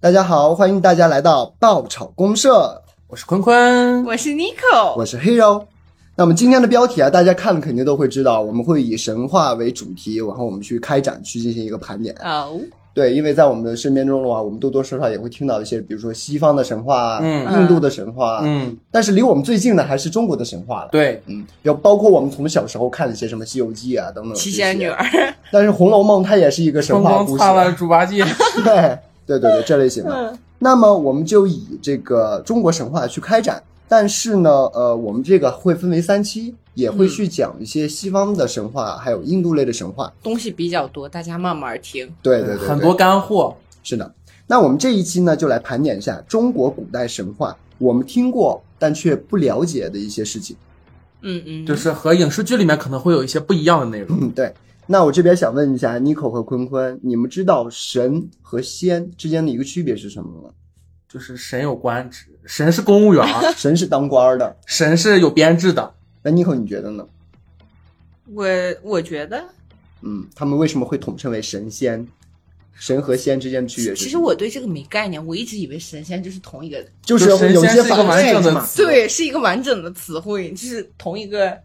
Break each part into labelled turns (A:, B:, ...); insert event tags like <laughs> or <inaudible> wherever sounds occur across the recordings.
A: 大家好，欢迎大家来到爆炒公社，
B: 我是坤坤，
C: 我是 Nico，
A: 我是 Hero。那么今天的标题啊，大家看了肯定都会知道，我们会以神话为主题，然后我们去开展去进行一个盘点。
C: 哦，
A: 对，因为在我们的身边中的话，我们多多少少也会听到一些，比如说西方的神话，啊
B: 嗯
A: 印度的神话，啊
B: 嗯，
A: 但是离我们最近的还是中国的神话了。
B: 对，
A: 嗯，要包括我们从小时候看的一些什么《西游记》啊等等，
C: 七仙女，儿，
A: 但是《红楼梦》它也是一个神
B: 风
A: 话
B: 光
A: 故事，啊
B: 灿烂猪八戒，
A: <laughs> 对对对对，这类型的。
C: 嗯
A: 那么我们就以这个中国神话去开展，但是呢，呃，我们这个会分为三期，也会去讲一些西方的神话，还有印度类的神话。
C: <laughs> 东西比较多，大家慢慢听。
A: 对对对对
B: 嗯很多干货，
A: 是的。那我们这一期呢，就来盘点一下中国古代神话我们听过但却不了解的一些事情。 <laughs>
C: 嗯嗯，
B: 就是和影视剧里面可能会有一些不一样的内容。
A: 嗯，对。那我这边想问一下 n i c o 和坤坤，你们知道神和仙之间的一个区别是什么吗？
B: 就是神有官职，神是公务员儿，
A: 神是当官儿的，
B: 神是有编制的。
A: 那 n i c o 你觉得呢？
C: 我我觉得，
A: 嗯，他们为什么会统称为神仙？神和仙之间的区别是什么？
C: 其实我对这个没概念，我一直以为神仙就是同一个，
A: 就是
B: 就神
A: 有一
B: 仙
A: 些
B: 是一个
A: 法
B: 完整
A: 律
B: 的
A: 嘛，
B: 词
C: 对，是一个完整的词汇，就是同一个，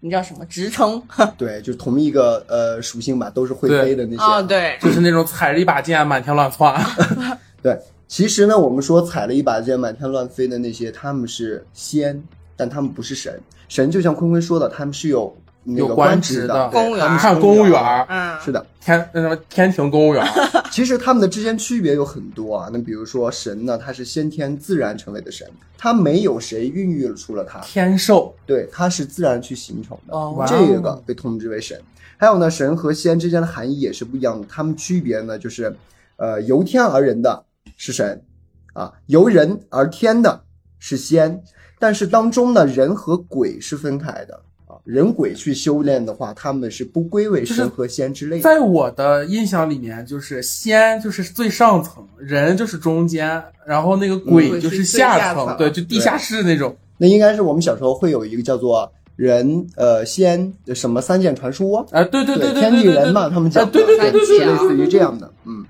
C: 你叫什么职称？
A: 对，就同一个呃属性吧，都是会飞的那些。
C: 哦，对，
B: 就是那种踩着一把剑满天乱窜，
A: 嗯
B: <laughs>
A: 对其实呢，我们说踩了一把剑满天乱飞的那些，他们是仙，但他们不是神。神就像坤坤说的，他们是有那个
B: 有官
A: 职
B: 职的
A: 对
C: 公务员
A: 他们
B: 你
A: 是
B: 看公务员儿，
C: 嗯，
A: 是的，
B: 天那什么天庭公务员儿，
A: 其实他们的之间区别有很多啊。那比如说神呢，他是先天自然成为的神，他没有谁孕育出了他，
B: 天寿
A: 对，它是自然去形成的。
C: 哦
B: 哇
A: 这个被统称之为神。还有呢，神和仙之间的含义也是不一样的，它们区别呢就是，呃，由天而人的是神，啊，由人而天的是仙。但是当中呢，人和鬼是分开的啊，人鬼去修炼的话，他们是不归为
B: 就是
A: 神和仙之类的。
B: 在我的印象里面，就是仙就是最上层，人就是中间，然后那个鬼
C: 嗯鬼
B: 就是是
C: 最
B: 下
C: 下
B: 层，
C: 层
B: 对，就地下
A: 对
B: 室那种。
A: 那应该是我们小时候会有一个叫做人呃仙什么三剑传说，
B: 啊，对对对对对对，
A: 天地人嘛，
B: 对，
A: 他们讲的，
B: 啊对对
C: 对对
A: 是
C: 对
A: 类似于这样的，嗯。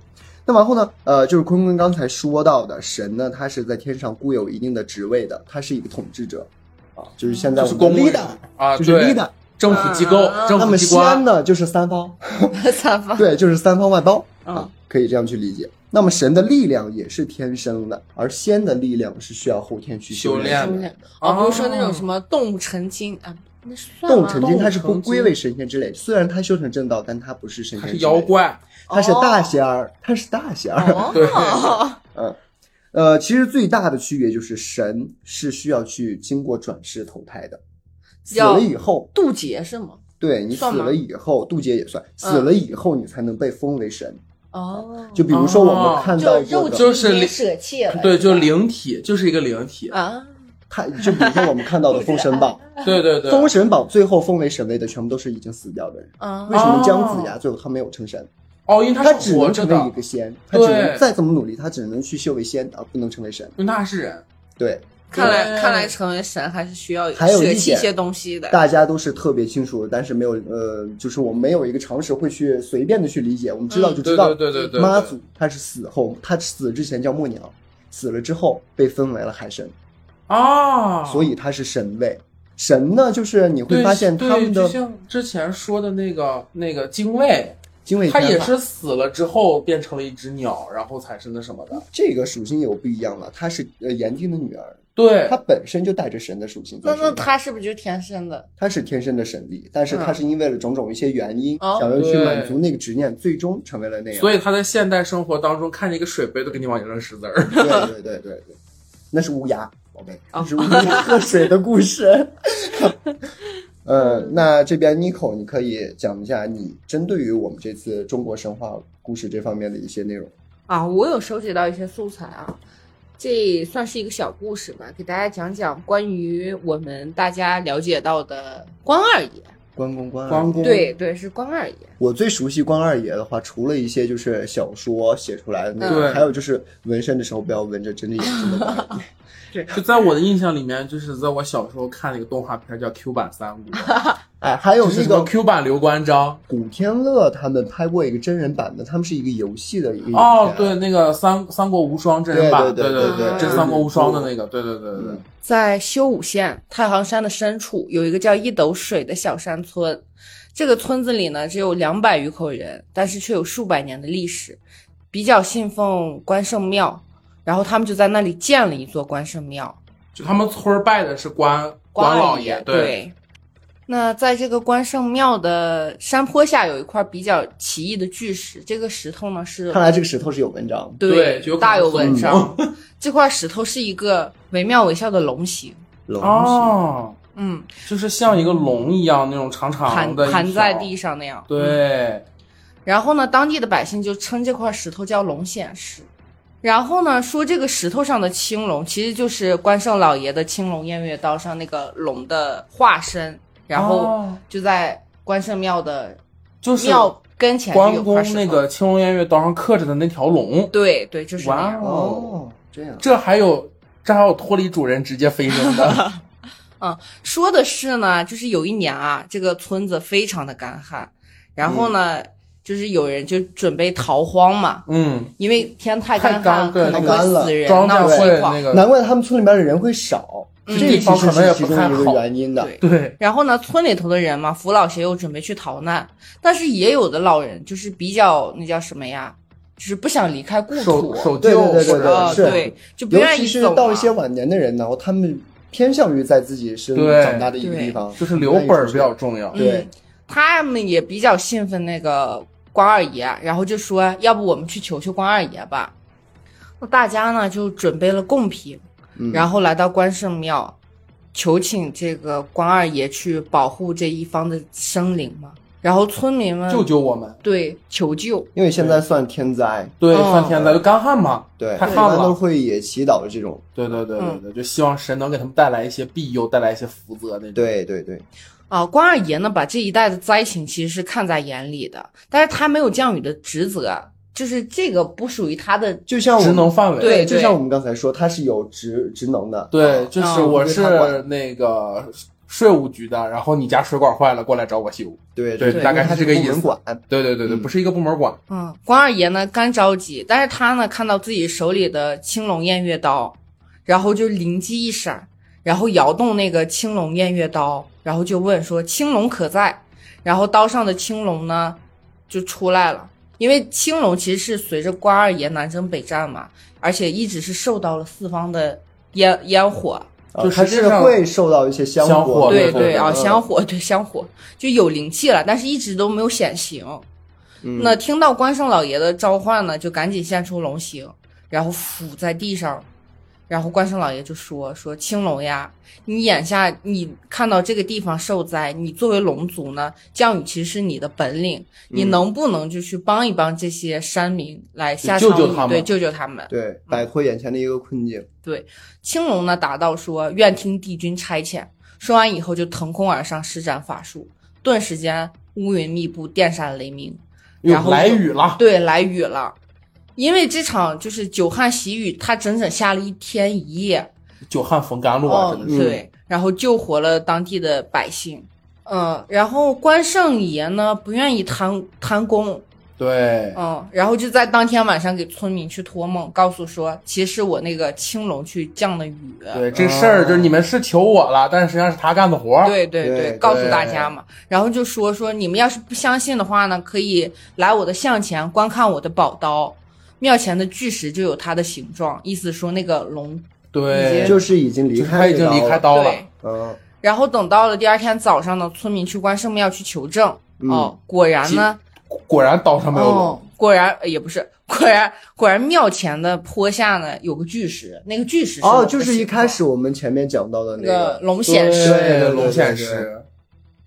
A: 那然后呢，呃，就是坤坤刚才说到的，神呢，他是在天上固有一定的职位的，他是一个统治者，啊，就是现在
B: 就
A: 我
B: 是
A: 们
B: 公
A: 的
B: 务
A: leader，
B: 员啊，
A: 就是
B: 对
A: leader。
B: 政府机构
C: 嗯嗯、嗯
B: 政
A: 那
B: 府
A: 么
B: 机
A: 仙
B: 关，啊
A: 呢，就是三方，
C: 三方，
A: 对，就是三方外包啊
C: 嗯，
A: 可以这样去理解。那么神的力量也是天生的，而仙的力量是需要后天去
B: 修
A: 炼
B: 炼
A: 的。
C: 中间，哦，比如说那种什么动物成精啊，那算
A: 动
C: 吗
A: 成
B: 动
A: 精
B: 物
A: 它是不
B: 成
A: 归
B: 精
A: 为神仙之类，虽然它修成正道，但它不是神
B: 他
A: 仙，
B: 是妖，怪，
A: 它是
C: 哦
A: 大仙儿，它是大仙儿。 <laughs>
C: 哦，
B: 对
A: 呃，其实最大的区别就是神是需要去经过转世投胎的，死
C: 要
A: 了以后，
C: <laughs> 渡劫是吗？
A: 对你死
C: 算吗嗯
A: 了以后，渡劫也算，死了以后你才能被封为神。
C: 哦，
A: 就比如说我们看到
C: 就
A: 过
C: 肉
A: 的，
C: 体
B: 就是
C: 已经
B: 灵
C: 舍弃了，
B: 对，
C: 是
B: 就
C: 吧
B: 灵体，就是一个灵体，
C: 啊，
A: 看就比如说我们看到
C: <laughs>
A: 的《封神榜》，
B: 对对对
A: 《封神榜》最后封为神位的全部都是已经死掉的人。
C: 啊
A: 为什么姜子牙最后他没有成神？
B: 哦，因为
A: 他
B: 他
A: 只
B: 是
A: 能
B: 活
A: 成
B: 着
A: 为一
B: 的，
A: 个仙，他只能
B: 对
A: 再怎么努力，他只能去修为仙，而不能成为神。
B: 因为他是人，
A: 对，
C: 看来
B: 对
C: 看来成为神还是需要
A: 还有一
C: 舍弃一
A: 点
C: 些东西的。
A: 大家都是特别清楚，但是没有呃，就是我们没有一个常识会去随便的去理解，我们知道就知
B: 嗯对
A: 道。
B: 对对对对，
A: 妈
B: 对
A: 祖她是死后，她死之前叫默娘，死了之后被分为了海神，
B: 啊，
A: 所以她是神位。神呢，就是你会
B: 对
A: 发现
B: 对
A: 他们
B: 就
A: 的
B: 像之前说的那个那个精卫，
A: 经纬
B: 他也
A: 天法，
B: 是死了之后变成了一只鸟，然后才是那什么的，
A: 这个属性有不一样了。她是呃炎帝的女儿，
B: 对
A: 她，本身就带着神的属性在
C: 那
A: 身上。
C: 那他是不是就是天生的？
A: 她是天生的神力，但是她
C: 嗯
A: 是因为了种种一些原因，
C: 哦
A: 想要去
B: 对
A: 满足那个执念，最终成为了那样。
B: 所以他在现代生活当中看见一个水杯都给你往脸上石子儿。
A: 对对对对对，那是乌鸦，宝贝，
C: 哦
A: 那是乌鸦喝水的故事。 <laughs> 呃，那这边 Nico，你可以讲一下你针对于我们这次中国神话故事这方面的一些内容。
C: 啊，我有收集到一些素材啊，这算是一个小故事吧，给大家讲讲关于我们大家了解到的关二爷。
A: 关公关二爷
B: 关公
C: 对对，是关二爷。
A: 我最熟悉关二爷的话，除了一些就是小说写出来的那种，
B: 对
A: 还有就是纹身的时候不要纹着睁着眼睛的关二爷。
C: <laughs>
B: 就在我的印象里面，就是在我小时候看那个动画片叫《Q 版三国》，
A: <laughs> 哎，还有
B: 就是
A: 一
B: 什么
A: 个
B: Q 版刘关张。
A: 古天乐他们拍过一个真人版的，他们是一个游戏的一个影片
B: 哦，对，，那个《三三国无双》真人版，
A: 对对
B: 对
A: 对
C: 嗯对对
B: 真
C: 对
B: 三国无双》的那个，对对对对对
A: 嗯。
C: 在修武县太行山的深处，有一个叫一斗水的小山村。这个村子里呢，只有两百余口人，但是却有数百年的历史，比较信奉关圣庙。然后他们就在那里建了一座关圣庙，
B: 就他们村儿拜的是关
C: 关
B: 老
C: 爷。
B: 对，
C: 那在这个关圣庙的山坡下有一块比较奇异的巨石，这个石头呢是
A: 看来这个石头是有文章的。
B: 对就有可能嗯
C: 大有
B: 是
C: 文
A: 龙
C: 章。这块石头是一个惟妙惟肖的龙形，
A: 龙形
B: 哦，
C: 嗯，
B: 就是像一个龙一样那种长长
C: 盘
B: 的，
C: 盘在地。上那样。嗯
B: 对，
C: 然后呢，当地的百姓就称这块石头叫龙显石。然后呢，说这个石头上的青龙，其实就是关圣老爷的青龙偃月刀上那个龙的化身，然后
B: 哦
C: 就在关圣庙的
B: 就是
C: 庙跟前就
B: 关
C: 有块石
B: 公
C: 头。
B: 那个青龙偃月刀上刻着的那条龙。
C: 对对，就是那
B: 哇
C: 样。
B: 哦，
A: 哦，这样
B: 这还有这还有脱离主人直接飞升
C: <laughs>
B: 的，
C: 说的是呢，就是有一年啊，这个村子非常的干旱，然
B: 嗯
C: 后呢，就是有人就准备逃荒嘛，
B: 嗯，
C: 因为天太
B: 太
C: 干
B: 干
C: 旱，
B: 对
C: 可能
A: 太干
C: 会
A: 了
C: 死人，
B: 庄
C: 闹
B: 稼
C: 饥
B: 会
C: 荒
B: 那。个
A: 难怪他们村里面的人会少，
C: 嗯
A: 这
B: 地
A: 其
B: 方
A: 实
B: 可能
A: 是
B: 也
A: 其
B: 不
A: 中
B: 太
A: 一个
B: 好
A: 原因的。
C: 对
B: 对，
C: 然后呢，村里头的人嘛，扶老携幼准备去逃难，但是也有的老人就是比较那叫什么呀，就是不想离开故
B: 手
C: 土，
B: 手
A: 对对
B: 就
A: 对
B: 是
C: 啊，
A: 是
C: 对，就不
A: 尤
C: 愿
A: 其
C: 意啊
A: 是
C: 走嘛。
A: 到一些晚年的人呢，他们偏向于在自己生
B: 对
A: 长大的一个地方，
B: 就是留本儿比较重要。
A: 对
C: 嗯，他们也比较信奉那个关二爷，然后就说，要不我们去求求关二爷吧。那大家呢就准备了贡品，
A: 嗯
C: 然后来到关圣庙，求请这个关二爷去保护这一方的生灵嘛。然后村民们
B: 救救我们！
C: 对求救，
A: 因为现在算天灾，
B: 对，
C: 嗯
B: 算天灾就干旱嘛。
A: 对，一
B: 太旱
A: 般
B: 了
A: 都会也祈祷这种，
B: 对对对对
C: 嗯
B: 对，就希望神能给他们带来一些庇佑，带来一些福泽那种。
A: 对对对，
C: 啊，关二爷呢，把这一代的灾情其实是看在眼里的，但是他没有降雨的职责，就是这个不属于他的。
A: 就像我
B: 职
A: 们
B: 能范围。
C: 对
A: 就像我们刚才说，它是有职职能的，
B: 对，就是
C: 嗯
B: 我
A: 对他
B: 是
A: 管
B: 那个税务局的，然后你家水管坏了，过来找我修。
A: 对
B: 对
A: 对，
B: 大概是
A: 它
B: 这个
A: 部
B: 意
A: 门
B: 思
A: 管，
B: 对对对对，
A: 嗯
B: 不是一个部门管。
C: 嗯，关二爷呢干着急，但是他呢看到自己手里的青龙偃月刀，然后就灵机一闪，然后摇动那个青龙偃月刀，然后就问说：“青龙可在？”然后刀上的青龙呢就出来了，因为青龙其实是随着关二爷南征北战嘛，而且一直是受到了四方的烟烟火。
A: 啊
B: 就
A: 它
B: 实际
A: 是
B: 上
A: 会受到一些香
B: 香火
C: 对
B: 对
C: 对啊，
A: 嗯
C: 香火对香火就有灵气了，但是一直都没有显形。
A: 嗯
C: 那听到关圣老爷的召唤呢，就赶紧现出龙形，然后俯在地上。然后关圣老爷就说：“说青龙呀，你眼下你看到这个地方受灾，你作为龙族呢，降雨其实是你的本领，你
A: 嗯
C: 能不能就去帮一帮这些山民来下
B: 就
C: 场
B: 救
C: 雨
B: 他们
C: 对，救救他们。”
A: 对摆脱眼前的一个困境，
C: 青龙呢答道说：“愿听帝君差遣。”说完以后就腾空而上，施展法术，顿时间乌云密布，电闪雷鸣。然
B: 哟，
C: 后
B: 来
C: 就
B: 雨了，
C: 对，来雨了，因为这场就是久旱喜雨，它整整下了一天一夜。嗯
B: 久旱逢甘露啊，
C: 哦
B: 真的是。
C: 对，然后救活了当地的百姓。嗯，然后关圣爷呢不愿意贪贪功，
B: 对，
C: 嗯，然后就在当天晚上给村民去托梦，告诉说其实是我那个青龙去降的雨。
B: 对，这事儿就是你们是求我了，但是实际上是他干的活儿。
C: 对对
A: 哦对对
C: 告诉大家嘛，然后就说说你们要是不相信的话呢，可以来我的像前观看我的宝刀，庙前的巨石就有它的形状，意思说那个龙。
B: 对，
A: 就是是已经离开
B: 他已
A: 这
B: 经
A: 道
B: 离开
A: 了，
B: 刀了。
C: 对
A: 嗯，
C: 然后等到了第二天早上呢，村民去关圣庙去求证，
A: 嗯
C: 哦，果然呢，
B: 果然刀上没有
C: 哦
B: 龙，，
C: 果然呃也不是，果然果然庙前的坡下呢有个巨石，那个巨石是
A: 哦，
C: 龙的
A: 就是一
C: 形
A: 开
C: 状
A: 始我们前面讲到的那
C: 那
A: 个
C: 个，龙显
A: 对对
C: 石，
A: 对对
B: 龙
A: 对
B: 显石，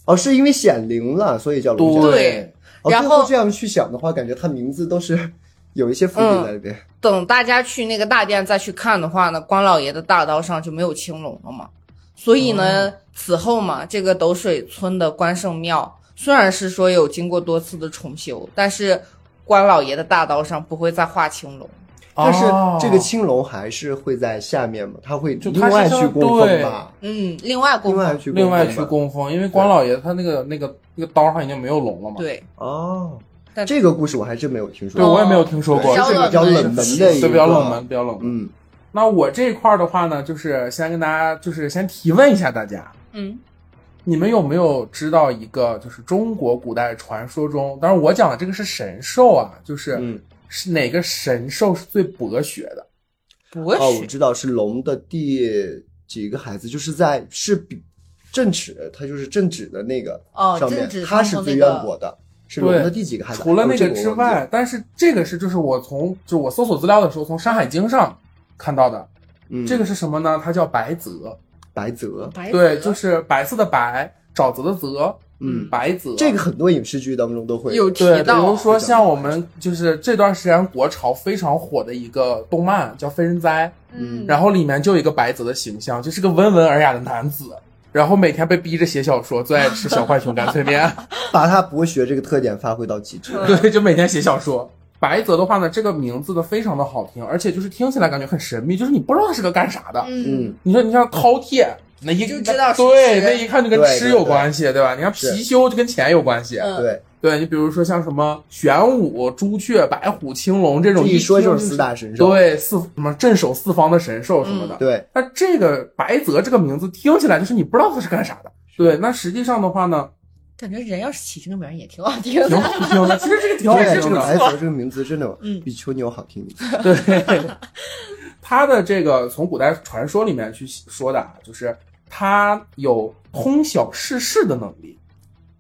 A: 哦，是因为显灵了，所以叫龙
C: 对
A: 显。哦
C: 然
A: 最后
C: 后
A: 这样去想的话，感觉它名字都是 <laughs> 有一些伏
C: 嗯
A: 笔在里边。
C: 等大家去那个大殿再去看的话呢，关老爷的大刀上就没有青龙了嘛。所以呢，此后嘛，这个斗水村的关圣庙虽然是说有经过多次的重修，但是关老爷的大刀上不会再画青龙。
A: 但是
B: 哦
A: 这个青龙还是会在下面嘛，他会
B: 就
A: 另
B: 它是
A: 外
B: 像
A: 去供奉
B: 对
A: 吧，
C: 嗯，另外供
A: 另外
C: 奉，
A: 去供
B: 另外
A: 奉
B: 去
A: 吧
B: 供奉，因为关老爷他那个那个那个刀上已经没有龙了嘛。
C: 对，
A: 哦
C: 但。
A: 这个故事我还真没有听说
B: 对，
A: 过，
B: 我也没有听说过，
A: 对这
B: 这
A: 个
B: 个
A: 哦比较冷门的一个，
B: 对比较冷门，比较冷门。
A: 嗯，
B: 那我这一块儿的话呢，就是先跟大家，就是先提问一下大家，
C: 嗯
B: 你们有没有知道一个就是中国古代传说中，当然我讲的这个是神兽啊，就是
A: 嗯，
B: 是哪个神兽是最博学的？
C: 博
A: 哦，我
C: 学，
A: 知道是龙的第几个孩子，就是在是比正指，它就是正指的那个
C: 哦
A: 上面
C: 正指，
A: 它是
C: 上头
A: 最
C: 那个
A: 渊博的，是龙的第几个孩子？
B: 除了
A: 哦
B: 那
A: 这
B: 个
A: 我
B: 之
A: 忘记了
B: 外，但是这个是就是我从就我搜索资料的时候从《山海经》上看到的，
A: 嗯，
B: 这个是什么呢？它叫白泽，
A: 白泽，
C: 白
B: 对，
C: 泽
B: 就是白色的白，沼泽的泽，
A: 嗯
B: 白泽
A: 这个很多影视剧当中都会
C: 有
A: 对
B: 对，
C: 提
B: 比
C: 到啊
B: 如说像我们就是这段时间国潮非常火的一个动漫叫《非人哉》，
A: 嗯
B: 然后里面就有一个白泽的形象，就是个温文尔雅的男子，然后每天被逼着写小说，最爱吃小浣熊干脆面，
A: 把它博学这个特点发挥到极致。
B: 对，就每天写小说。白泽的话呢，这个名字的非常的好听，而且就是听起来感觉很神秘，就是你不知道他是个干啥的。
C: 嗯，
A: 嗯，
B: 你说你像饕餮，那一
C: 就知道是
B: 对，
C: 吃
B: 那一看就跟
A: 对
B: 吃
A: 对
B: 有
A: 对
B: 关系，对吧？你看
A: 是
B: 貔貅就跟钱有关系，
C: 嗯
A: 对，
B: 对你比如说像什么玄武、朱雀、白虎、青龙这种，
A: 一说
B: 听
A: 就是四大神兽。嗯
B: 对四什么镇守四方的神兽什么的。
A: 对，
B: 那这个白泽这个名字听起来就是你不知道它是干啥的。对，那实际上的话呢，
C: 感觉人要是起这个名儿也挺好听
B: 挺
C: 的，
B: 好听的，其实这个挺好
A: 对这
B: 听
A: 个
B: 的。
A: 白泽这个名字真的
C: 嗯
A: 比囚牛好听一些。
B: 对，它的这个从古代传说里面去说的，啊，就是它有通晓世事的能力，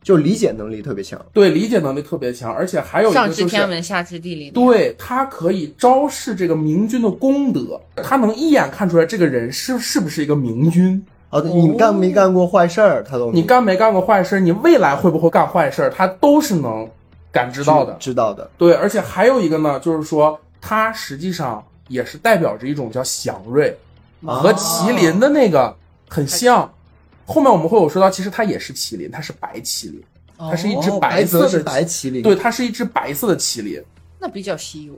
A: 就理解能力特别强。
B: 对理解能力特别强，而且还有一个
C: 上
B: 就
C: 知
B: 是
C: 天文下知地理，，
B: 对他可以昭示这个明君的功德，他能一眼看出来这个人是是不是一个明君，
A: 哦，对你干没干过坏事儿，他都
B: 你干没干过坏事，你未来会不会干坏事，他都是能感知
A: 知
B: 到的。
A: 知道的。
B: 对，而且还有一个呢，就是说他实际上也是代表着一种叫祥瑞，
A: 啊
B: 和麒麟的那个很像。后面我们会有说到，其实它也是麒麟，它是白麒麟，它是一只
A: 哦
B: 白色
A: 泽
B: 的
A: 是白麒麟，
B: 对，，它是一只白色的麒麟。
C: 那比较稀有，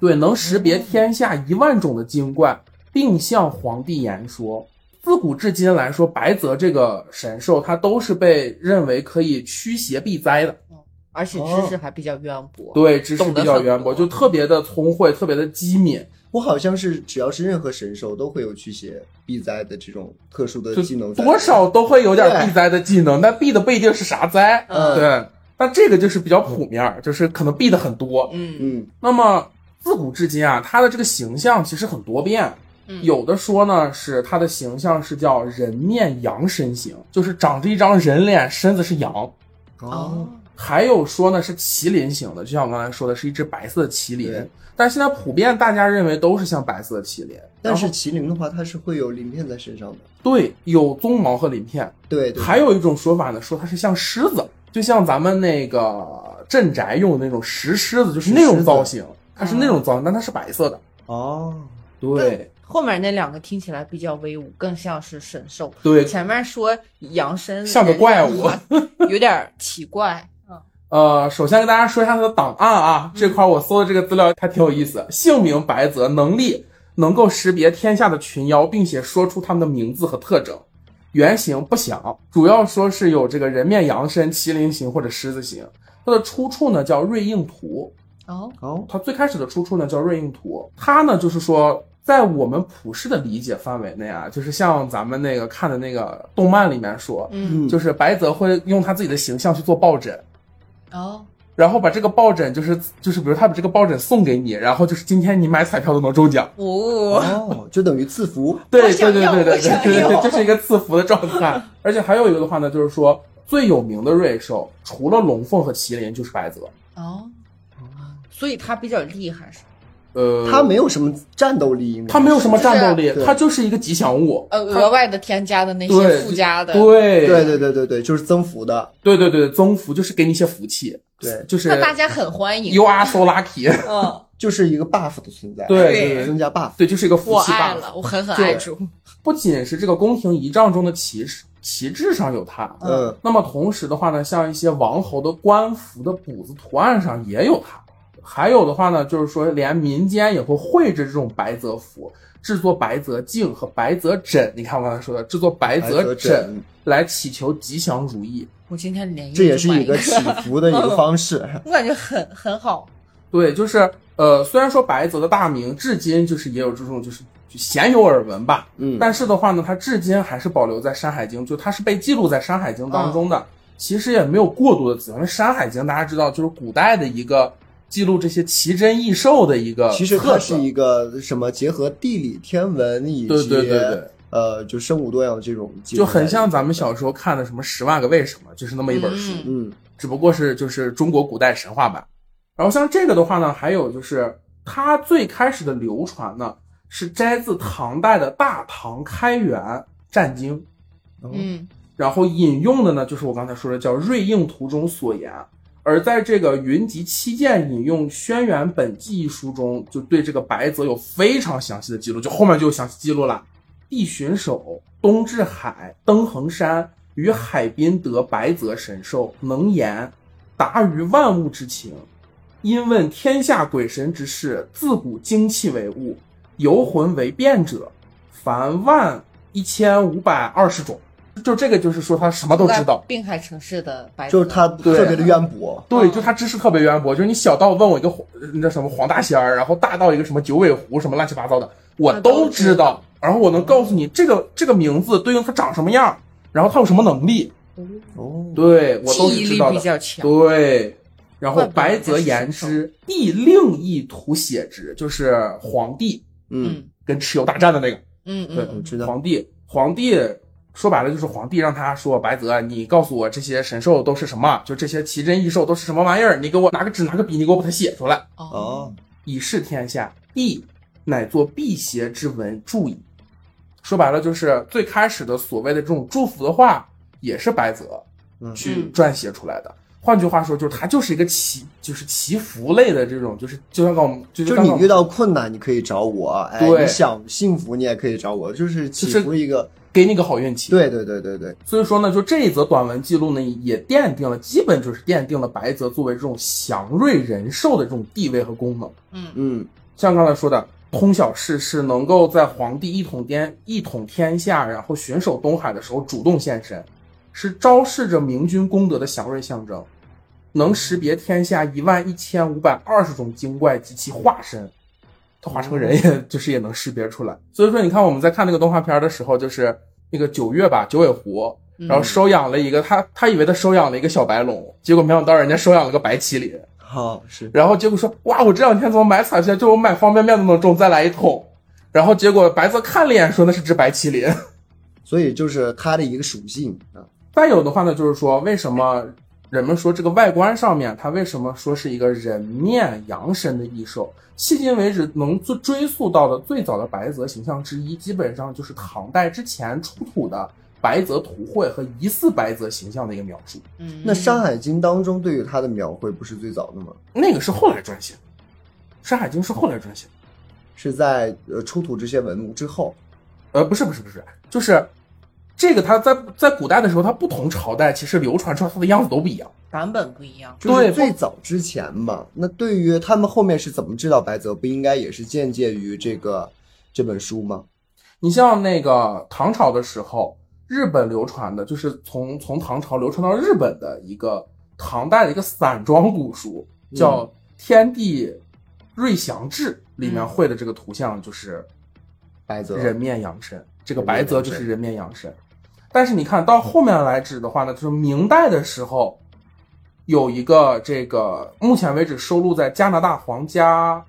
B: 对，能识别天下一万种的精怪，并向皇帝言说。自古至今来说，白泽这个神兽，它都是被认为可以驱邪避灾的。
C: 而且知识还比较渊博，
B: 哦对，知识
C: 懂得
B: 比较
C: 很
B: 渊博，
C: 多
B: 就特别的聪慧，特别的机敏。
A: 我好像是只要是任何神兽都会有驱邪避灾的这种特殊的
B: 就
A: 技能在，
B: 多少都会有点
A: 对
B: 避灾的技能，但避的不一定是啥灾。
A: 嗯
B: 对，但这个就是比较普面儿，就是可能避的很多。
C: 嗯
A: 嗯
B: 那么自古至今啊，它的这个形象其实很多变。
C: 嗯，
B: 有的说呢是它的形象是叫人面羊身形，就是长着一张人脸，身子是羊。
A: 哦
C: 哦，
B: 还有说呢是麒麟型的，就像我刚才说的，是一只白色的麒麟
A: 对。
B: 但是现在普遍大家认为都是像白色的麒麟，
A: 但是
B: 然后
A: 麒麟的话，它是会有鳞片在身上的。
B: 对有鬃毛和鳞片。
A: 对，对
B: 还有一种说法呢，说它是像狮子，就像咱们那个镇宅用的那种石狮子，就是那种造型，它是那种造型，但它是白色的。
A: 哦，
B: 对
C: 后面那两个听起来比较威武，更像是神兽。
B: 对，
C: 前面说羊身
B: 像个怪物，
C: 有点奇怪。嗯，
B: 呃，首先跟大家说一下它的档案啊，这块我搜的这个资料还挺有意思。姓名白泽，能力能够识别天下的群妖，并且说出它们的名字和特征。原型不详，主要说是有这个人面羊身、麒麟形或者狮子形。它的出处呢叫瑞应图，
C: 哦，
A: 哦，
B: 它最开始的出处呢叫瑞应图，它呢就是说，在我们普世的理解范围内啊，就是像咱们那个看的那个动漫里面说，
C: 嗯，
A: 嗯，
B: 就是白泽会用他自己的形象去做抱枕，
C: 哦，
B: 然后把这个抱枕就是就是，比如他把这个抱枕送给你，然后就是今天你买彩票都能中奖，
C: 哦，
A: 哦，就等于赐福。
B: 对
C: <laughs> 我
B: 对
C: 想
B: 对
C: 要
B: 对对
C: 我想
B: 对对对， <laughs>
C: 要
B: 这是一个赐福的状态。 <laughs> 而且还有一个的话呢，就是说最有名的瑞兽，除了龙凤和麒麟，就是白泽。
C: 哦，所以他比较厉害是吧？
B: 呃，
A: 它没有什么战斗力，应该
B: 它没有什么战斗力
A: 是，啊
B: 它就是一个吉祥物。
C: 呃，额外的添加的那
B: 对
C: 些附加的，
B: 对
A: 对对对对对，就是增幅的。
B: 对对对，增幅就是给你一些福气，
A: 对
B: 就是
C: 那大家很欢迎
B: you。are so lucky， <laughs>
C: 嗯，
A: 就是一个 buff 的存在，
B: 对
C: 对
A: 增加 buff。
B: 对，就是一个福
C: 我
B: 气吧。
C: 爱了，我狠狠爱住。
B: 不仅是这个宫廷仪仗中的旗帜旗帜上有它，
C: 嗯
A: 嗯，
B: 那么同时的话呢，像一些王侯的官服的补子图案上也有它。还有的话呢，就是说连民间也会绘制这种白泽符，制作白泽镜和白泽枕。你看我刚才说的，制作白
A: 白泽
B: 泽枕，来祈求吉祥如意。
C: 我今天连夜
A: 这也
C: 就是买
A: 一个祈福的一个方式。
C: <laughs>
B: <laughs>
C: 我感觉很很好。
B: 对，就是呃，虽然说白泽的大名至今就是也有这种就是就鲜有耳闻吧，
A: 嗯，
B: 但是的话呢，它至今还是保留在《山海经》，就它是被记录在《山海经》当中的。
A: 嗯
B: 其实也没有过多的资料，因为《山海经》大家知道就是古代的一个记录这些奇珍异兽的一个特色，
A: 其实它是一个什么结合地理、天文以及
B: 对对对对，
A: 呃，就生物多样这种，
B: 就很像咱们。小时候看的什么《十万个为什么》，就是那么一本书，
C: 嗯
A: 嗯
B: 只不过是就是中国古代神话版。然后像这个的话呢，还有就是它最开始的流传呢，是摘自唐代的《大唐开元战经》，
A: 哦
C: 嗯，
B: 然后引用的呢，就是我刚才说的叫《瑞应图》中所言。而在这个《云集七剑》引用《轩辕本纪》一书中，就对这个白泽有非常详细的记录，就后面就有详细记录了。地巡狩、东至海、登衡山，与海滨得白泽神兽，能言，达于万物之情，因问天下鬼神之事，自古精气为物，游魂为变者，凡万一千五百二十种。就这个就是说他什么都知道，
C: 滨海城市的白，
A: 就是它特别的渊博。
B: 对，
C: 嗯
B: 就他知识特别渊博，就是你小到问我一个黄那什么黄大仙儿，然后大到一个什么九尾狐什么乱七八糟的，我
C: 啊
B: 都
C: 都
B: 知
C: 知
B: 道
C: 道。
B: 然后我能告诉你这个这个名字对应它长什么样，然后它有什么能力，
A: 哦，
B: 对我都
C: 记
B: 是
C: 忆
B: 知
C: 力
B: 道
C: 比
B: 的。
C: 较强。
B: 对，然后
C: 怪不得
B: 白则言之，帝令意图写之，就是皇帝
A: 嗯，
C: 嗯
B: 跟蚩尤大战的那个。
C: 嗯
B: 对
A: 我
C: 嗯，
A: 知道。
B: 皇帝，皇帝说白了就是皇帝让他说白泽，你告诉我这些神兽都是什么，就这些奇珍异兽都是什么玩意儿，你给我拿个纸拿个笔，你给我把它写出
C: 嗯
B: 来，
A: 哦，，
B: 以示天下。帝乃作辟邪之文注矣。说白了就是最开始的所谓的这种祝福的话，也是白泽
A: 嗯
B: 去撰写出来的。换句话说，就是它就是一个祈，就是祈福类的这种，就是就像刚我们，就是
A: 就
B: 刚刚
A: 你
B: 我们
A: 遇到困难，你可以找我。哎，
B: 对
A: 你想幸福，你也可以找我。就是祈
B: 就是
A: 福一个，
B: 给你个好运气，
A: 对对对对对，
B: 所以说呢，就这一则短文记录呢，也奠定了，基本就是奠定了白泽作为这种祥瑞人寿的这种地位和功能。
C: 嗯
A: 嗯
B: 像刚才说的，通晓世事，能够在皇帝一统天一统天下，然后巡守东海的时候主动现身，是昭示着明君功德的祥瑞象征，能识别天下一万一千五百二十种精怪及其化身。他化成个人也就是也能识别出来，所以说你看我们在看那个动画片的时候，就是那个九月吧，九尾狐，
C: 嗯
B: 然后收养了一个他，他以为他收养了一个小白龙，结果没想到人家收养了个白麒麟，
A: 好是
B: 然后结果说哇，我这两天怎么买彩票，就我买方便面都能中，再来一桶。然后结果白泽看了一眼，说那是只白麒麟。
A: 所以就是它的一个属性啊，
B: 再有的话呢，就是说为什么人们说这个外观上面，它为什么说是一个人面羊身的异兽？迄今为止能追追溯到的最早的白泽形象之一，基本上就是唐代之前出土的白泽图绘和疑似白泽形象的一个描述。
C: 嗯
A: 那《山海经》当中对于它的描绘不是最早的吗？
B: 那个是后来撰写的，《山海经》是后来撰写的。
A: 是在呃出土这些文物之后。
B: 呃，不是不是不是，就是这个它在在古代的时候，它不同朝代其实流传出来它的样子都不一样。
C: 嗯版本不一样。
A: 就是
B: 对
A: 最早之前嘛，那对于他们后面是怎么知道白泽，不应该也是借鉴于这个这本书吗？
B: 你像那个唐朝的时候，日本流传的就是从从唐朝流传到日本的一个唐代的一个散装古书，叫《天地瑞祥志》，里面
C: 嗯
B: 绘的这个图像就是
A: 白泽
B: 人面羊身，这个
A: 人面
B: 白泽
A: 羊
B: 就是
A: 身
B: 人面羊身。但是你看到后面来指的话呢，就是明代的时候，有一个这个目前为止收录在加拿大皇家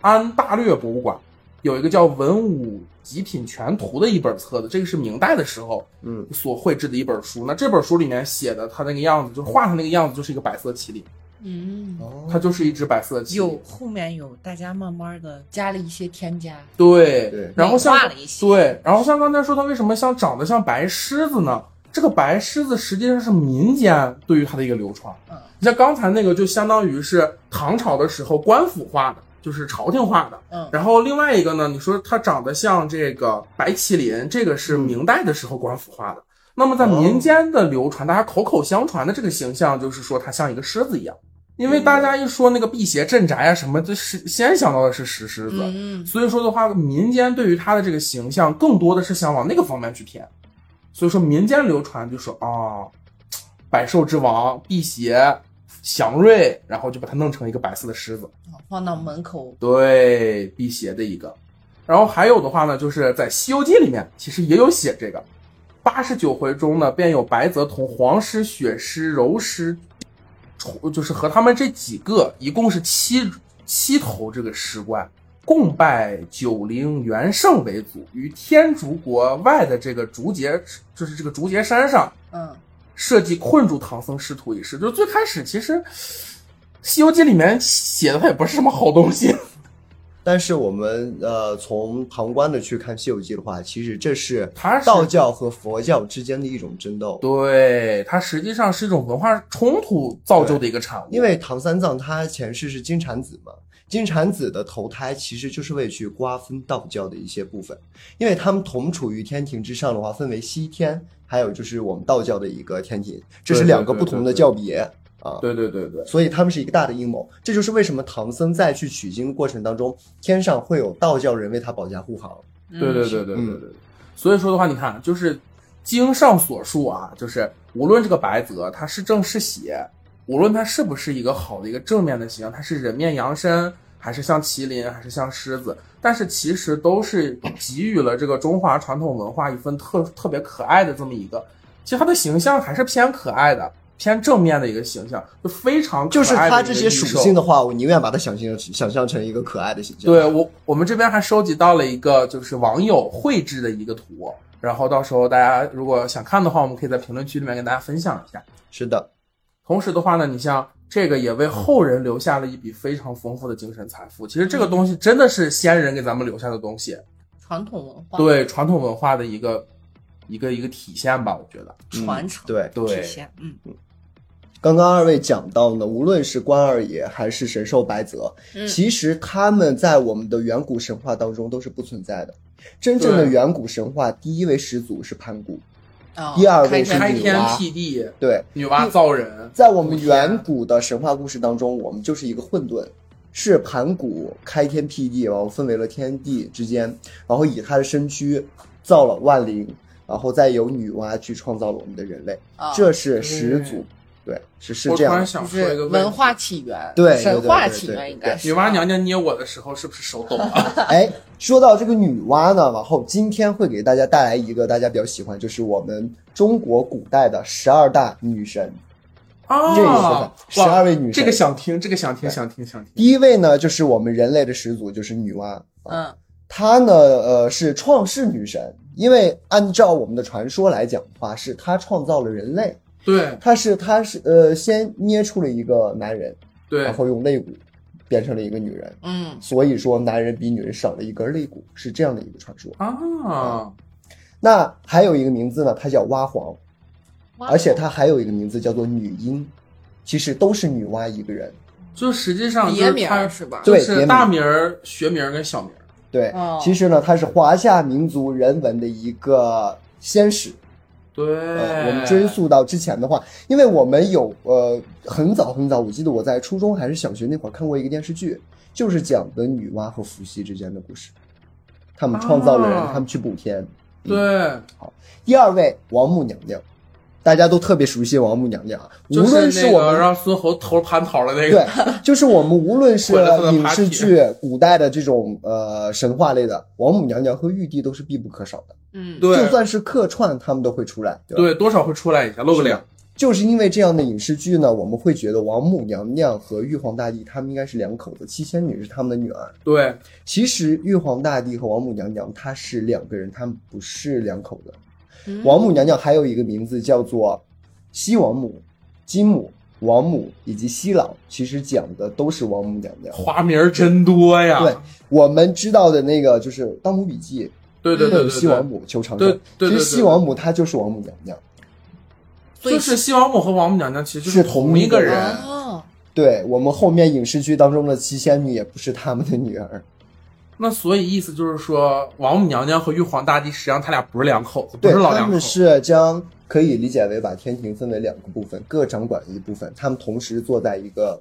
B: 安大略博物馆有一个叫《文武极品全图》的一本册子，这个是明代的时候
A: 嗯
B: 所绘制的一本书。那这本书里面写的它那个样子，就是画成那个样子，就是一个白色麒麟，
C: 嗯，
A: 哦
B: 它就是一只白色的麒麟。
C: 有后面有大家慢慢的加了一些添加，
B: 对，
A: 对
B: 然后像
C: 美化了一些
B: 对，然后像刚才说它为什么像长得像白狮子呢？这个白狮子实际上是民间对于它的一个流传。
C: 嗯
B: 你像刚才那个就相当于是唐朝的时候官府画的，就是朝廷画的。
C: 嗯
B: 然后另外一个呢，你说它长得像这个白麒麟，这个是明代的时候官府画的。那么在民间的流传，大家口口相传的这个形象，就是说它像一个狮子一样。因为大家一说那个辟邪镇宅啊什么，这是先想到的是石狮子，
C: 嗯，
B: 所以说的话，民间对于他的这个形象更多的是想往那个方面去偏，所以说民间流传就说啊，百兽之王辟邪祥瑞，然后就把它弄成一个白色的狮子，
C: 嗯放到门口，
B: 对，辟邪的一个。然后还有的话呢，就是在《西游记》里面其实也有写这个，八十九回中呢，便有白泽同、黄狮、雪狮、柔狮，重就是和他们这几个一共是七七头这个狮怪，共拜九灵元圣为祖，于天竺国外的这个竹节，就是这个竹节山上
C: 嗯，
B: 设计困住唐僧师徒一事。就是最开始其实《西游记》里面写的它也不是什么好东西，
A: 但是我们呃，从旁观的去看《西游记》的话，其实这是
B: 它是
A: 道教和佛教之间的一种争斗。
B: 对，它实际上是一种文化冲突造就的一个产物。
A: 因为唐三藏他前世是金蝉子嘛，金蝉子的投胎其实就是为去瓜分道教的一些部分，因为他们同处于天庭之上的话，分为西天，还有就是我们道教的一个天庭，这是两个不同的教别啊。
B: 对对对对，
A: 所以他们是一个大的阴谋，这就是为什么唐僧在去取经的过程当中，天上会有道教人为他保驾护航。
B: 对对对对对对对。所以说的话，你看，就是经上所述啊，就是无论这个白泽它是正是邪，无论它是不是一个好的一个正面的形象，它是人面羊身，还是像麒麟，还是像狮子，但是其实都是给予了这个中华传统文化一份特特别可爱的这么一个，其实它的形象还是偏可爱的。偏正面的一个形象，就非常
A: 就是
B: 可爱
A: 他
B: 的
A: 这
B: 一个
A: 些
B: 异
A: 属
B: 兽
A: 性的话，我宁愿把它想象想象成一个可爱的形象。
B: 对我，我们这边还收集到了一个就是网友绘制的一个图，然后到时候大家如果想看的话，我们可以在评论区里面跟大家分享一下。
A: 是的，
B: 同时的话呢，你像这个也为后人留下了一笔非常丰富的精神财富。其实这个东西真的是先人给咱们留下的东西，
C: 传统文化
B: 对传统文化的一个一个一个体现吧，我觉得。
C: 传承
A: 对。
C: 体
B: 对，
C: 现，嗯，
A: 刚刚二位讲到呢，无论是关二爷还是神兽白泽，
C: 嗯
A: 其实他们在我们的远古神话当中都是不存在的。真正的
B: 对
A: 远古神话，第一位始祖是盘古，
C: 哦
A: 第二
C: 开
A: 位是
C: 天
B: 开
A: 女
B: 天
A: 娲
B: 辟地，
A: 对，
B: 女娲造人，
A: 在我们
B: 啊
A: 远古的神话故事当中，我们就是一个混沌，是盘古开天辟地，然后分为了天地之间，然后以他的身躯造了万灵，然后再由女娲去创造了我们的人类，
C: 啊
A: 这是始祖，对，是是
B: 我
A: 这
B: 突
A: 样
B: 然
A: 的。
B: 想
C: 就
B: 说一
C: 是
B: 个问
C: 文
B: 题。
C: 化起源，
A: 对对
C: 神
A: 对
C: 话
A: 对
C: 起
A: 对
C: 源
A: 对
C: 应该是
B: 女娲娘娘捏我的时候是不是手抖
C: <laughs>
B: 啊？
A: 哎，说到这个女娲呢，往后今天会给大家带来一个大家比较喜欢，就是我们中国古代的十二大女神
B: 啊，
A: 这一说法，十
B: 哇
A: 二位女神。
B: 这个想听，这个想听，想听，想听。
A: 第一位呢，就是我们人类的始祖，就是女娲。
C: 嗯
A: 她呢，呃，是创世女神，因为按照我们的传说来讲的话，是她创造了人类。
B: 对
A: 她是她是呃，先捏出了一个男人，
B: 对
A: 然，后用肋骨变成了一个女人。
C: 嗯
A: 所以说，男人比女人少了一根肋骨，是这样的一个传说。
B: 啊，
A: 那还有一个名字呢，它叫娲皇，
C: 哇
B: 嗯
A: 而且它还有一个名字叫做女英，其实都是女娲一个人。
B: 就实际上就
C: 别
B: 是
C: 名
B: 它
C: 儿是吧？
B: 就
A: 对别
B: 是
A: 名
B: 大名儿、学名儿跟小名儿。
A: 对
C: 哦，
A: 其实呢，它是华夏民族人文的一个先史。
B: 对，
A: 呃，我们追溯到之前的话，因为我们有呃很早很早，我记得我在初中还是小学那会儿看过一个电视剧，就是讲的女娲和伏羲之间的故事，他们创造了人，
B: 啊
A: 他们去补天。
B: 对，
A: 第二位王母娘娘，大家都特别熟悉王母娘娘啊，无
B: 就
A: 论
B: 是
A: 我
B: 那
A: 们
B: 个让孙猴头蟠桃的
A: 对
B: 那个，，
A: 就是我们无论
B: <laughs>
A: 是
B: 毁了他的
A: 影
B: party
A: 视剧、古代的这种呃神话类的，王母娘娘和玉帝都是必不可少的。
C: 嗯，
A: 就
B: 对
A: 算是客串，他们都会出来。对吧
B: 对，多少会出来一下，露个脸。
A: 就是因为这样的影视剧呢，我们会觉得王母娘娘和玉皇大帝他们应该是两口子，七仙女是他们的女儿。
B: 对，
A: 其实玉皇大帝和王母娘娘他是两个人，他们不是两口子。
C: 嗯
A: 王母娘娘还有一个名字叫做西王母、金母、王母以及西老，其实讲的都是王母娘娘。
B: 花名儿真多呀。
A: 对我们知道的那个就是《盗墓笔记》，
B: 对对
A: 会
B: 对
A: 有
B: 对
A: 西王
B: 对，
A: 母、求长
B: 对
A: 生
B: 对。对
A: 其
B: 对
A: 实西王母她就是王母娘娘，
C: 所以
B: 就是西王母和王母娘娘其实就是
A: 同
B: 同
A: 一
B: 一个
A: 个
B: 人。
C: 哦，
A: 对我们后面影视剧当中的七仙女也不是他们的女儿。
B: 那所以意思就是说，王母娘娘和玉皇大帝实际上他俩不是两口子， <laughs> 不
A: 对，
B: 是老
A: 他
B: 两
A: 们
B: 口。
A: 是将可以理解为把天庭分为两个部分，各掌管一部分，他们同时坐在一个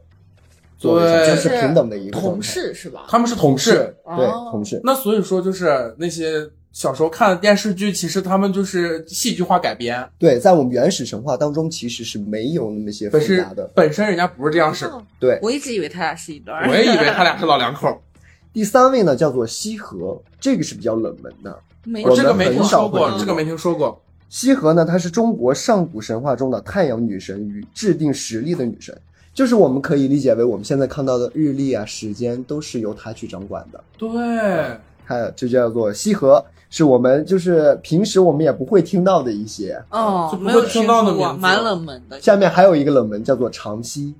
A: 座位上，
B: 对
A: 这是平等的一个
C: 同
A: 状态。
C: 事是吧？
B: 他们是
A: 同
B: 事。
A: 事，对
C: 哦
A: 同事，
B: 那所以说，就是那些小时候看的电视剧，其实他们就是戏剧化改编，
A: 对，在我们原始神话当中，其实是没有那么些复
B: 本是
A: 杂的。
B: 本身人家不是这样式的。
C: 哦
A: 对，
C: 我一直以为他俩是一对儿。
B: 我也以为他俩是老两口，
A: 第三位呢叫做羲和，这个是比较冷门的。
C: 没
A: 我
B: 这个没
A: 们
B: 听
A: 很少
B: 说过
A: 会，
B: 这个没听说过。
A: 羲和呢，她是中国上古神话中的太阳女神与制定时历的女神，就是我们可以理解为我们现在看到的日历啊、时间都是由她去掌管的。
B: 对，
A: 她这叫做羲和，是我们就是平时我们也不会听到的一些。
C: 哦
B: 就，不
C: 没
B: 会
C: 有
B: 听到的
C: 说过
B: 名字
C: 蛮冷门的。
A: 下面还有一个冷门叫做长羲，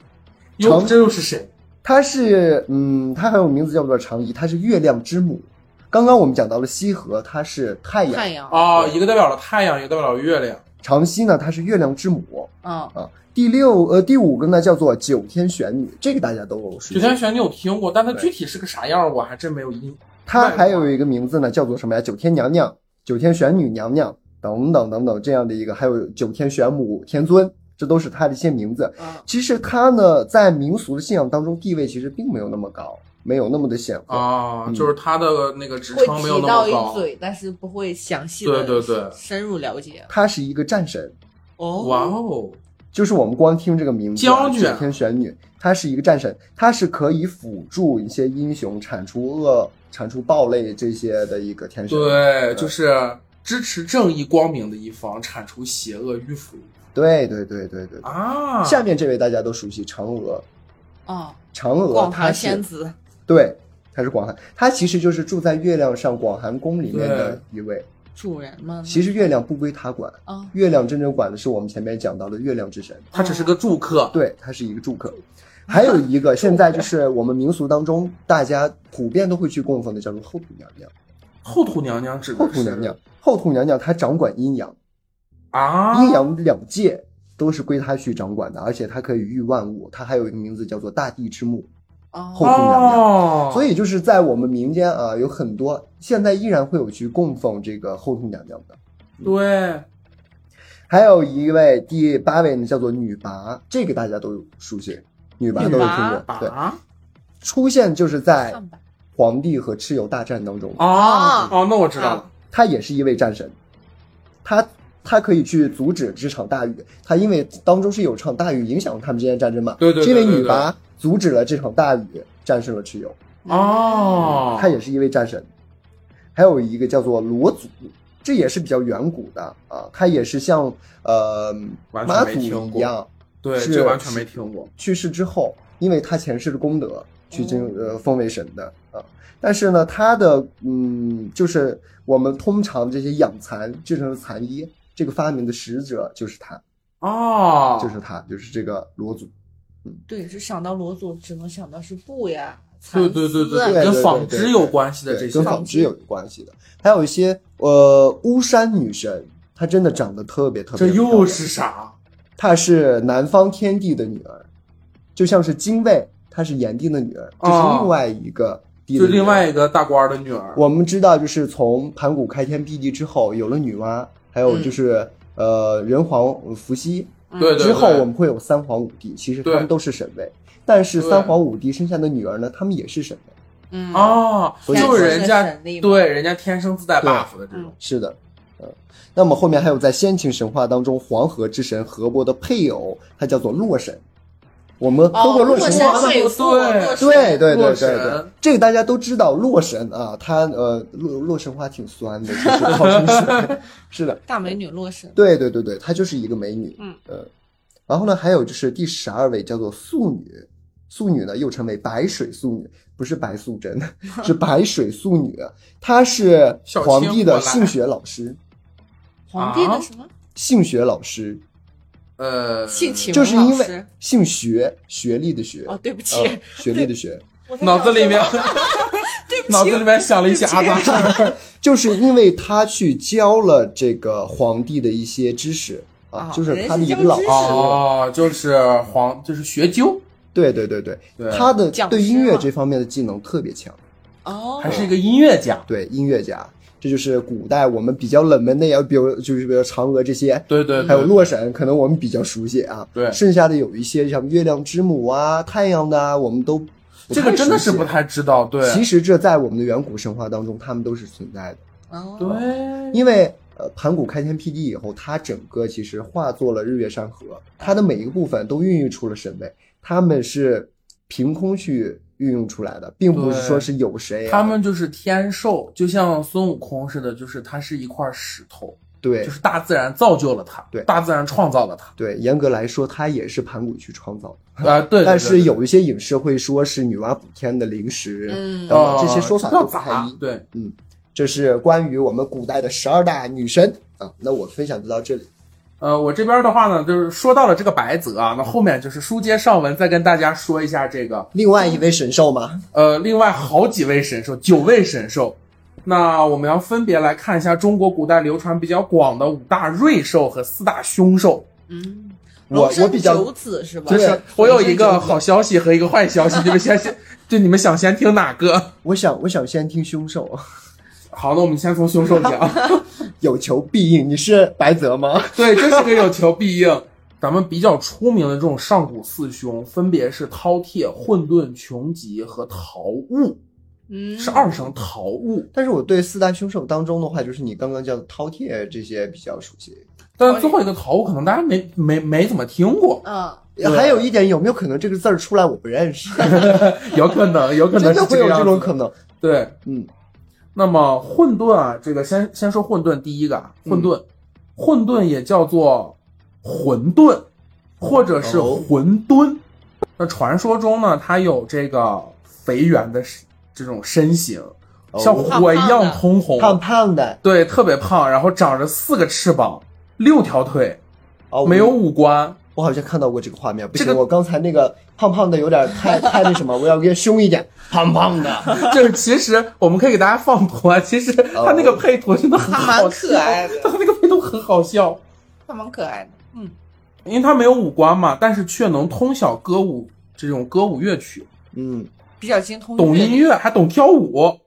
B: 哟，
A: 成
B: 这又是谁？
A: 她是嗯，她还有名字叫做长仪，她是月亮之母。刚刚我们讲到了羲和，她是太阳；
C: 太阳，
A: 啊
B: 哦，一个代表了太阳，一个代表了月亮。
A: 长羲呢，她是月亮之母。
C: 嗯，
A: 第六呃第五个呢叫做九天玄女，这个大家都熟悉。
B: 九天玄你有听过，但它
A: 对
B: 具体是个啥样儿，我还真没有印。
A: 她还有一个名字呢，叫做什么呀？九天娘娘、九天玄女娘娘等等等等这样的一个，还有九天玄母、天尊，这都是她的一些名字。
C: 嗯
A: 其实她呢，在民俗的信仰当中地位其实并没有那么高，没有那么的显赫。嗯
B: 哦，就是他的那个职
C: 会
B: 称没有
C: 提
B: 那
C: 到
B: 么
C: 一
B: 高。
C: 嘴，但是不会详细
B: 对
C: 的
B: 对对，
C: 深入了解。
A: 她是一个战神，
C: 哦，
B: 哇哦，
A: 就是我们光听这个名字啊，
B: 将军
A: 九天玄女，她是一个战神，她是可以辅助一些英雄铲除恶、铲除暴类这些的一个天神。
B: 对，就是支持正义光明的一方，铲除邪恶迂腐
A: 对对对对对。
B: 啊。
A: 下面这位大家都熟悉，嫦娥。
C: 哦，
A: 嫦娥
C: 广
A: 她
C: 寒
A: 是
C: 仙子，
A: 对，她是广寒，她其实就是住在月亮上广寒宫里面的一位。
C: 主人们，
A: 其实月亮不归她管，
C: 啊，
A: 月亮真正管的是我们前面讲到的月亮之神，
B: 他只是个住客，
A: 对，她是一个住客。还有一
B: <laughs>
A: 个，现在就是我们民俗当中大家普遍都会去供奉的，叫做后土娘娘。
B: 后土娘娘指的
A: 后
B: 是
A: 土娘娘，后土娘娘她掌管阴阳，
B: 啊，
A: 阴阳两界都是归她去掌管的，而且她可以御万物。她还有一个名字叫做大地之母。后
C: 哦，
A: 土娘娘
B: 哦，
A: 所
B: 以
A: 以就是在我们民间啊，有很多现在依然会有去供奉这个后土娘娘的。
B: 对，
A: 还有一位第八位呢，叫做女魃，这个大家都熟悉，女魃
C: 女
A: 都有
C: 魃
A: 听过。对，
B: 啊
A: 出现就是在
C: 看吧，
A: 皇帝和蚩尤大战当中，
C: 啊
B: 哦哦，那我知道了，
A: 他也是一位战神，他他可以去阻止这场大雨，他因为当中是有场大雨影响他们之间的战争嘛，
B: 对对
A: 这
B: 对
A: 位
B: 对
A: 女
B: 对
A: 魃阻止了这场大雨，战胜了蚩尤。
B: 哦，
A: 他也是一位战神。还有一个叫做罗祖，这也是比较远古的啊，他也是像呃
B: 完
A: 妈
B: 全没
A: 祖
B: 听
A: 一
B: 过
A: 样，
B: 对，
A: 是
B: 这完全没听过，嗯
A: 去世之后，因为他前世的功德去经呃封为神的啊。但是呢，他的嗯，就是我们通常这些养蚕制成的蚕衣，这个发明的使者就是他，
B: 哦，
A: 就是他，就是这个罗祖。
C: 对，就想到罗祖，只能想到是布呀，
B: 对对对对
C: 蚕丝啊
A: 对
B: 跟纺织有关系的
A: 对
B: 这些
A: 跟，纺织有关系的，还有一些呃巫山女神，她真的长得特别特
B: 这
A: 别漂亮。
B: 又是啥？
A: 她是南方天帝的女儿，就像是精卫，她是炎帝的女儿，这
B: 哦
A: 是另外一个帝
B: 就
A: 的女儿
B: 另外一个大官儿的女儿，
A: 我们知道，就是从盘古开天辟地之后，有了女娲，还有就是、呃人皇伏羲
B: 嗯
C: 嗯
B: 对对
A: 之后，我们会有三皇五帝，其实他
B: 对
A: 们都是神位，但是
B: 对
A: 三皇五帝生下的女儿呢，他们也是神位。
C: 嗯，
B: 哦，
A: 所以
B: 就是人家
C: 天生神力嘛
B: 对人家天生自带 buff 的这种，
A: 是的，嗯，那么后面还有在先秦神话当中，黄河之神河伯的配偶，他叫做洛神。我们喝过
C: 哦，
A: 洛
C: 洛
A: 神
C: 神
A: 吗？
C: 水库，
B: 对
C: 洛神
A: 对对对
B: 洛
A: 对对
B: 神，
A: 这个大家都知道，洛神啊，他呃，洛洛神花挺酸的，就是泡成
C: <laughs>
A: 水。是的，
C: 大美女洛神，
A: 对对对对，她就是一个美女。
C: 嗯
A: 呃，然后呢，还有就是第十二位叫做素女，素女呢又称为白水素女，不是白素贞， <laughs> 是白水素女，啊她是
B: 小
A: 皇
B: 清
A: 帝
B: 过
A: 的
B: 来
A: 性学老师。
C: 皇帝
B: 啊
C: 的什么
A: 性学老师，
B: 呃，
C: 嗯性启
A: 就是
C: 蒙老
A: 因为
C: 师
A: 性学学历的学，
C: 哦，对不起，
A: 呃学历的学，
C: 我在
B: 脑子里面
C: 想说对不起，
B: 脑子里面想了一些啊阿扎
C: <laughs>
B: 莎，
A: 就是因为他去教了这个皇帝的一些知识啊
C: 哦，
A: 就是他的一个
C: 人家
A: 老
C: 教知识
A: 师，
B: 哦，就是黄，就是学究，
A: 对对对对，
B: 对
A: 他的
C: 讲
A: 对
C: 师
A: 音乐
C: 嘛
A: 这方面的技能特别强，
C: 哦，
B: 还是一个音乐家，
A: 对音乐家。这就是古代我们比较冷门的，也有比如就是比如嫦娥这些，
B: 对对，对
A: 还有洛神，可能我们比较熟悉啊。
B: 嗯对
A: 剩下的有一些像月亮之母啊、太阳的啊，我们都不
B: 这
A: 太
B: 个真的
A: 熟
B: 是
A: 悉
B: 不太知道，对
A: 其实这在我们的远古神话当中，他们都是存在的，
C: 哦，
B: 对，
A: 因为呃，盘古开天辟地以后，它整个其实化作了日月山河，它的每一个部分都孕育出了神位，他们是凭空去运用出来的，并不是
B: 对
A: 说是有谁、啊、
B: 他们就是天授，就像孙悟空似的，就是他是一块石头，
A: 对
B: 就是大自然造就了他，
A: 对
B: 大自然创造了他，
A: 对，严格来说，它也是盘古去创造的。
B: 啊， <laughs> 对，对
A: 但
B: 对
A: 是有一些影视会说是女娲补天的灵石，
C: 嗯
A: 等等，这些
B: 哦
A: 说法
B: 这
A: 都不
B: 咋
A: 太一。
B: 对，
A: 这是关于我们古代的十二大女神啊。那我分享就到这里。
B: 呃，我这边的话呢，就是说到了这个白泽啊，那后面就是书接上文，再跟大家说一下这个
A: 另外一位神兽嘛，
B: 呃，另外好几位神兽，九位神兽。那我们要分别来看一下中国古代流传比较广的五大瑞兽和四大凶兽。
C: 嗯，
A: 我
C: 龙
A: 我
C: 生
A: 比较
C: 九子是吧？
B: 就是
A: 对
B: 我有一个好消息和一个坏消息，你们先先，就你们想先听哪个？
A: 我想我想先听凶兽， <laughs>
B: 好，那我们先从凶兽讲。
A: 有求必应。你是白泽吗？
B: <laughs>
A: <laughs>
B: 对，这是个有求必应。咱们比较出名的这种上古四凶，分别是饕餮、混沌、穷极和桃物，
C: 嗯，
B: 是二声桃物。
A: 但是我对四大凶兽当中的话，就是你刚刚叫的饕餮这些比较熟悉。
B: 但是最后一个桃物，可能大家没没没怎么听过，
C: 嗯，
B: 对
A: 还有一点，有没有可能这个字儿出来我不认识？ <laughs>
B: <laughs> 有可能，有可能
A: 真
B: 是
A: 的会有
B: 个样
A: 这
B: 子
A: 种可能？
B: 对，
A: 嗯。
B: 那么混沌啊，这个先先说混沌第一个啊，混
A: 嗯
B: 沌，混沌也叫做混沌，或者是
A: 哦
B: 混沌。那传说中呢，它有这个肥圆的身这种身形，
A: 哦
B: 像火一样通红，
A: 胖胖的
B: 对，特别胖，然后长着四个翅膀，六条腿，
A: 哦，
B: 没有五官，
A: 我好像看到过这个画面，不行，
B: 这个
A: 我刚才那个胖胖的有点太太那什么，我要更凶一点，胖胖的。
B: 就是其实我们可以给大家放图啊，其实
A: 哦
B: 它那个配图真的很
C: 还
B: 好
C: 蛮
B: 笑，
C: 可爱的
B: 它那个配图很好笑，
C: 还蛮可爱的。
B: 因为它没有五官嘛，但是却能通晓歌舞这种歌舞乐曲，
A: <laughs> 嗯，
C: 比较精通
B: 懂音
C: 乐，
B: 乐，还懂跳舞
C: 哦，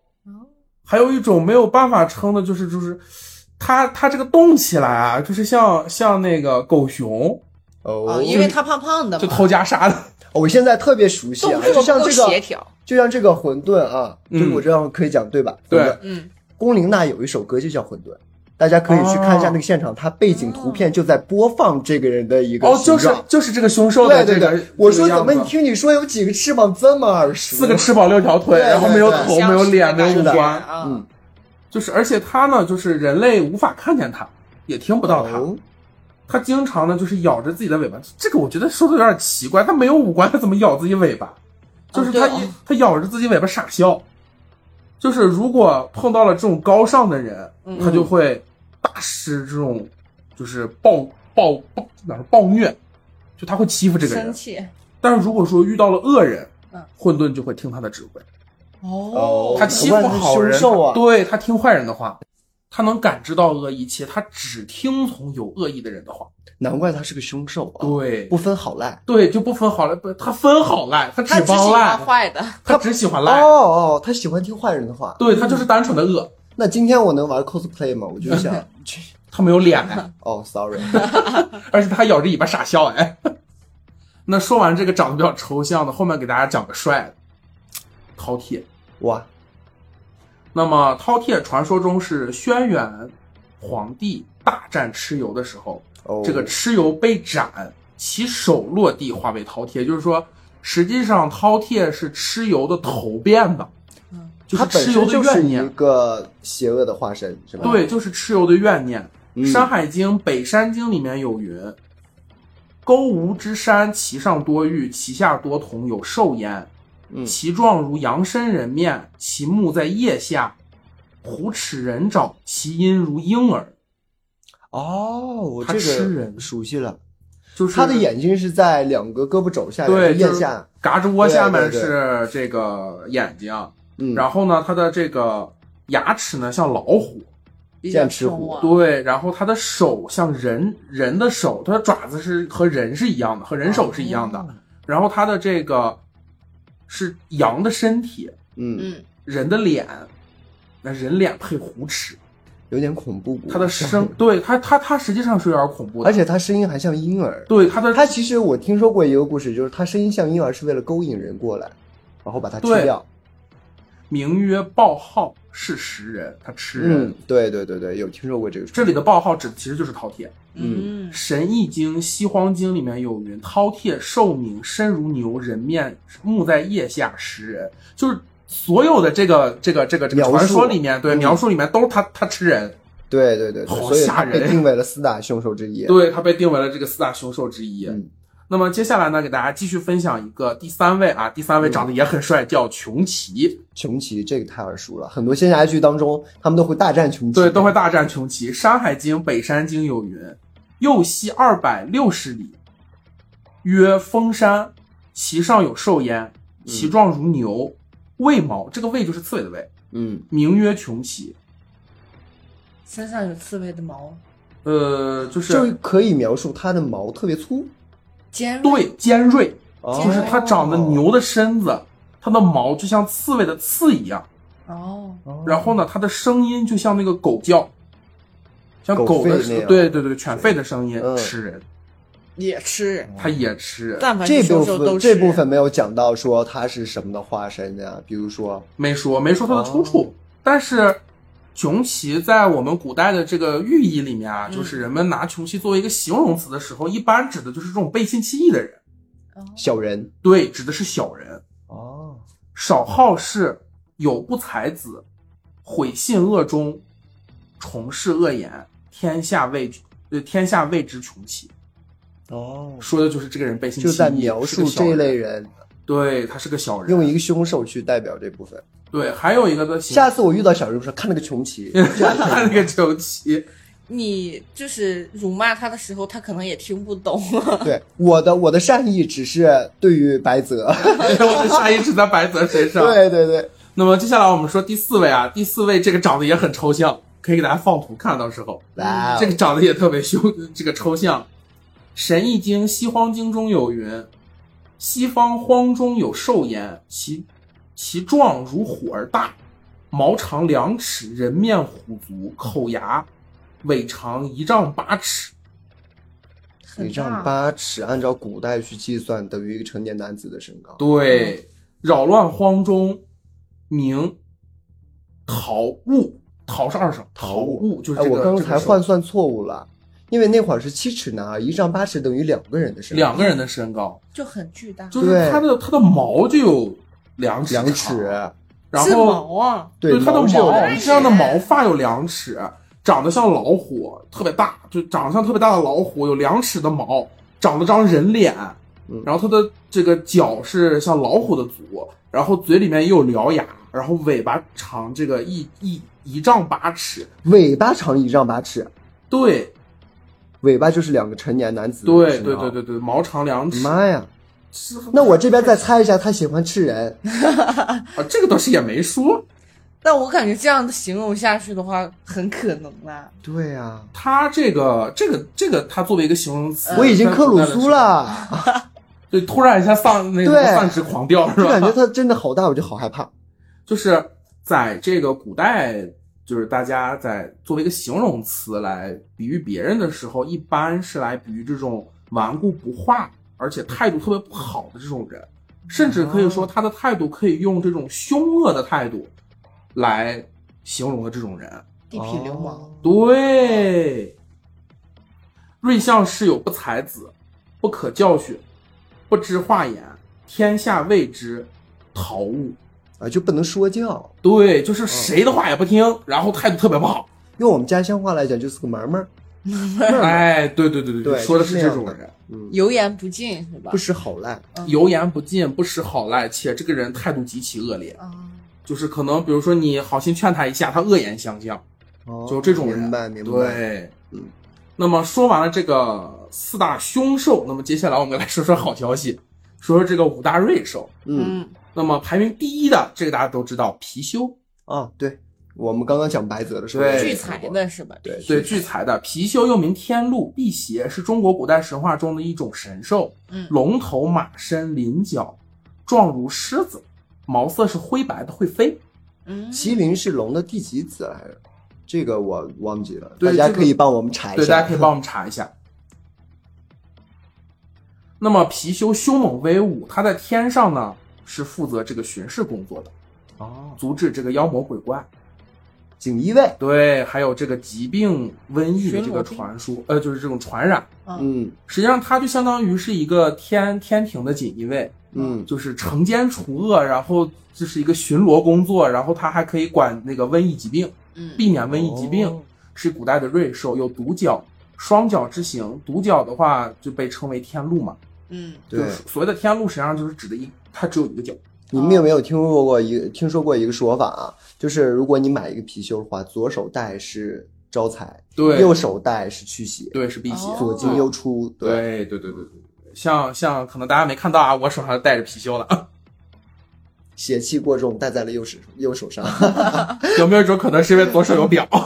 B: 还有一种没有办法称的，就是就是，它它这个动起来啊，就是像像那个狗熊，
A: 哦
C: 哦，，因为他胖胖的
B: 就
C: 嘛，
B: 偷家
A: <laughs>
B: 杀的，
A: 我现在特别熟悉啊
C: 动，
A: 就
C: 作
A: 像
C: 不够
A: 这
C: 协
A: 个，
C: 调。
A: 就像这个混沌啊，
B: 嗯
A: 就是我这样可以讲对吧？
B: 对
A: 混沌，
C: 嗯，
A: 龚琳娜有一首歌就叫《混沌》。大家可以去看一下那个现场，它背景图片就在播放这个人的一个
B: 哦，
A: 形
B: 就是哦
A: 状
B: 就是这个凶兽
A: 对
B: 的
A: 对
B: 这个，
A: 对，我说
B: 这个
A: 怎么你
B: 样子
A: 听你说有几个翅膀这么耳熟？
B: 四个翅膀六条腿，
A: 对对
B: 然后没有
A: 对
B: 头，没有脸，没有五
A: 是的
B: 官，
C: 啊，
A: 嗯，
B: 就是而且它呢，就是人类无法看见它，也听不到它。
A: 哦
B: 它经常呢就是咬着自己的尾巴，这个我觉得说的有点奇怪，它没有五官，它怎么咬自己尾巴？就是它
C: 哦
B: 一、
C: 对哦
B: 它咬着自己尾巴傻笑，就是如果碰到了这种高尚的人，
C: 嗯
B: 他就会大施这种就是暴暴暴哪儿暴虐，就他会欺负这个
C: 生
B: 人。
C: 气
B: 但是如果说遇到了恶人，
C: 嗯
B: 混沌就会听他的指挥，
A: 哦
B: 他欺负
A: 我怪
B: 好人，
A: 不得凶兽啊
B: 对他听坏人的话，他能感知到恶意，且他只听从有恶意的人的话。
A: 难怪它是个凶兽啊，
B: 对，
A: 不分好赖。
B: 对，就不分好赖，不，他分好赖，他
C: 他
B: 只
C: 只喜
B: 帮
C: 欢
B: 赖，
C: 坏的，
B: 他只喜欢赖，
A: 哦哦，他喜欢听坏人的话。
B: 对他就是单纯的恶，
A: 那今天我能玩 cosplay 吗？我就想，
B: <laughs> 他没有
A: <laughs>
B: 脸哎，
A: 哦，sorry，
B: <laughs> 而且他还咬着尾巴傻笑哎。 <laughs> 那说完这个长得比较抽象的，后面给大家讲个帅的，饕餮。
A: 哇，
B: 那么饕餮传说中是轩辕皇帝大战蚩尤的时候，
A: 哦，
B: 这个蚩尤被斩，其手落地化为饕餮，就是说，实际上饕餮是蚩尤的头变的，
C: 嗯
B: 就是
A: 他本
B: 蚩尤
A: 身
B: 的
A: 就是
B: 怨
A: 一
B: 念。
A: 个邪恶的化身，是吧？
B: 对，就是蚩尤的怨念。
A: 嗯
B: 山海经》北山经》里面有云：“勾吴之山，其上多玉，其下多铜，有兽焉。
A: 嗯
B: 其状如羊身人面，其目在腋下，虎齿人爪，其音如婴儿。
A: 哦，我
B: 他
A: 这
B: 吃
A: 个
B: 人
A: 熟悉了，”
B: 就是
A: 他的眼睛是在两个胳膊肘下，
B: 对
A: 两
B: 就
A: 个腋
B: 是
A: 下，
B: 嘎吱窝下
A: 对
B: 面
A: 对
B: 是这个眼睛，
A: 嗯，
B: 然后呢，它的这个牙齿呢像老虎，
C: 比较
A: 剑齿虎
C: 冲啊，
B: 对，然后它的手像人人的手，它的爪子是和人是一样的，和人手是一样的。
A: 哦
C: 嗯
B: 然后它的这个是羊的身体，
A: 嗯，
C: 嗯，
B: 人的脸，那人脸配虎齿，
A: 有点恐怖谷。
B: 他的声，对他他他实际上是有点恐怖的，
A: 而且他声音还像婴儿。
B: 对他的
A: 他其实我听说过一个故事，就是他声音像婴儿是为了勾引人过来，然后把他吃
B: 对
A: 掉。
B: 名曰报号是食人，他吃人。
A: 嗯，对对对对，有听说过这个
B: 这
A: 说法。
B: 里的报号指其实就是饕餮，《
A: 嗯
C: 嗯，
B: 神异经》《西荒经》里面有云：“饕餮寿命身如牛，人面目在腋下，食人。”就是所有的这个这个这个这个
A: 描述
B: 传说里面，对
A: 嗯
B: 描述里面都是他他吃人，
A: 对对对对，
B: 好
A: 所以
B: 吓人
A: 被定为了四大凶手之一。
B: 对他被定为了这个四大凶手之一。
A: 嗯
B: 那么接下来呢，给大家继续分享一个第三位啊，
A: 嗯
B: 第三位长得也很帅，叫穷奇，
A: 穷奇这个太耳熟了，很多仙侠剧当中他们都会大战穷奇。
B: 对，都会大战穷奇。《山海经·北山经》有云：“右西二百六十里，曰封山，其上有兽焉，其状如牛，魏毛。”这个魏就是刺猬的魏，
A: 嗯，
B: 名曰穷奇。
C: 身上有刺猬的毛，
B: 呃，就是
A: 就可以描述它的毛特别粗，
C: 尖锐，
B: 对尖锐，
A: 哦
B: 就是它长得牛的身子，它的毛就像刺猬的刺一样。
C: 哦，
A: 哦
B: 然后呢，它的声音就像那个狗叫，像
A: 狗
B: 狗
A: 吠
B: 的
A: 那样
B: 对对对，犬吠的声音
A: 嗯
B: 吃人，
C: 也吃人，
B: 它也吃人。
C: 但凡
A: 这
C: 是
A: 部
C: 凶手
A: 分
C: 都
A: 这
C: 吃
A: 部
C: 人。
A: 分没有讲到说它是什么的化身呀，比如说
B: 没说没说它的出
A: 哦
B: 处，但是穷奇在我们古代的这个寓意里面啊，
C: 嗯
B: 就是人们拿穷奇作为一个形容词的时候，一般指的就是这种背信弃义的人，
C: 哦
A: 小人
B: 对，指的是小人，
A: 哦，
B: 少好事，有不才子，毁信恶忠，重事恶言，天下畏呃天下畏之穷奇。
A: 哦，
B: 说的就是这个人背信弃
A: 就
B: 义，
A: 在描
B: 是
A: 述
B: 个小
A: 这一
B: 人
A: 类，人，
B: 对，他是个小人。
A: 用一个凶手去代表这部分。
B: 对，还有一个的 <laughs> 形
A: 下次我遇到小人的时候，看那个穷
C: <laughs>
A: 奇，
B: 那个周琦，
C: 你就是辱骂他的时候，他可能也听不懂。
A: 对我的我的善意只是对于白泽，
B: <laughs> 我的下一只在白泽身上。，
A: 对对对，
B: 那么接下来我们说第四位啊，第四位这个长得也很抽象，可以给大家放图看，到时候
A: 哇哦，
B: 这个长得也特别凶，这个抽象。《神异经·西荒经》中有云：“西方荒中有兽焉，其其状如虎而大，毛长两尺，人面虎足，口牙，尾长一丈八尺。
C: 很
A: 一丈
C: 大，
A: 八尺，按照古代去计算，等于一个成年男子的身高。
B: 对，扰乱荒中，名桃物，桃是二声，桃物就是
A: 哎，
B: 这个。
A: 我刚
B: 这个
A: 才
B: 手
A: 换算错误了，因为那会儿是七尺男儿，一丈八尺等于两个人的身高。
B: 两个人的身高，
C: 就很巨大，
B: 就是
A: 对
B: 它的它的毛就有两尺长
A: 两尺，
B: 然
C: 是
B: 后
C: 毛啊，
A: 对
B: 它的
A: 毛是有
B: 毛
A: 两
C: 尺
B: 这样的毛发有两尺，长得像老虎，特别大，就长得像特别大的老虎，有两尺的毛，长得张人脸
A: 嗯，
B: 然后它的这个脚是像老虎的足，然后嘴里面也有獠牙，然后尾巴长这个一一一丈八尺，
A: 尾巴长一丈八尺，
B: 对
A: 尾巴就是两个成年男子的
B: 对
A: 身
B: 对
A: 高
B: 对对对，毛长两尺，
A: 妈呀！
B: 是
A: 那我这边再猜一下，他喜欢吃人，
B: 啊这个倒是也没说，
C: 但我感觉这样形容下去的话，很可能啦。
A: 对哎呀、
B: 它这个这个这个它作为一个形容词，
A: 我已经克鲁苏了，
B: 对，突然一下丧那
A: 对
B: 个丧职狂掉是
A: 啊就
B: 吧？
A: 感觉他真的好大，我就好害怕。
B: 就是在这个古代，就是大家在作为一个形容词来比喻别人的时候，一般是来比喻这种顽固不化，而且态度特别不好的这种人，甚至可以说他的态度可以用这种凶恶的态度来形容的这种人。
C: 地痞流氓，
A: 哦，
B: 对，瑞相是有不才子，不可教训，不知化言，天下谓之逃物。
A: 啊，就不能说教。
B: 对，就是谁的话也不听，然后态度特别不好。
A: 用我们家乡话来讲，就是个门门儿，门儿
B: 哎，对对对
A: 对
B: 说的是
A: 就是那
B: 这
A: 样
B: 种
A: 的
B: 人，
A: 嗯，
C: 油盐不进是吧嗯
A: 不？识好赖。
B: 油盐不进，不识好赖，且这个人态度极其恶劣。
C: 啊，
B: 就是可能，比如说你好心劝他一下，他恶言相向，
A: 哦
B: 就这种人。
A: 明白明白。，
B: 对，
A: 嗯。
B: 那么说完了这个四大凶兽，那么接下来我们来说说好消息，说说这个五大瑞兽。
A: 嗯
C: 嗯，
B: 那么排名第一的，这个大家都知道，貔貅，
A: 啊，对，我们刚刚讲白泽的时候，
B: 对
C: 聚财，的是吧？
A: 对
B: 对，聚财的貔貅又名天鹿、辟邪，是中国古代神话中的一种神兽，
C: 嗯
B: 龙头马身鳞角，状如狮子，毛色是灰白的，会飞。
C: 嗯，
A: 麒麟是龙的第几子来着？这个我忘记了，
B: 对
A: 大家
B: 这个
A: 可以帮我们
C: 哎
A: 查一
B: 对，大家
A: 下
B: 可。以帮我们查一下。那么貔貅凶猛威武，它在天上呢是负责这个巡视工作的，
A: 哦，
B: 阻止这个妖魔鬼怪，
A: 锦衣卫，
B: 对，还有这个疾病、瘟疫的
C: 巡逻
B: 这个
C: 兵
B: 传输，呃，就是这种传染。
A: 嗯
B: 实际上，它就相当于是一个天天庭的锦衣卫，
A: 嗯，
B: 就是惩奸除恶，然后这是一个巡逻工作，然后它还可以管那个瘟疫疾病，
C: 嗯
B: 避免瘟疫疾病。
A: 哦
B: 是古代的瑞兽，有独角、双角之形。独角的话就被称为天鹿嘛，
C: 嗯
B: 就
A: 对
B: 是，哦所谓的天鹿，实际上就是指的一，它只有一个角。
A: 你们有没有听说过一个听说过一个说法啊？就是如果你买一个貔貅的话，左手戴是招财，
B: 对，
A: 右手戴是驱邪，
B: 对是辟邪，
C: 哦
A: 左进右出。，
B: 对对对对对，像像可能大家没看到啊，我手上戴着貔貅了， <laughs>
A: 邪气过重，戴在了右手右手
B: <laughs>
A: 上。
B: 有没有一种可能是因为左手有表？ <laughs>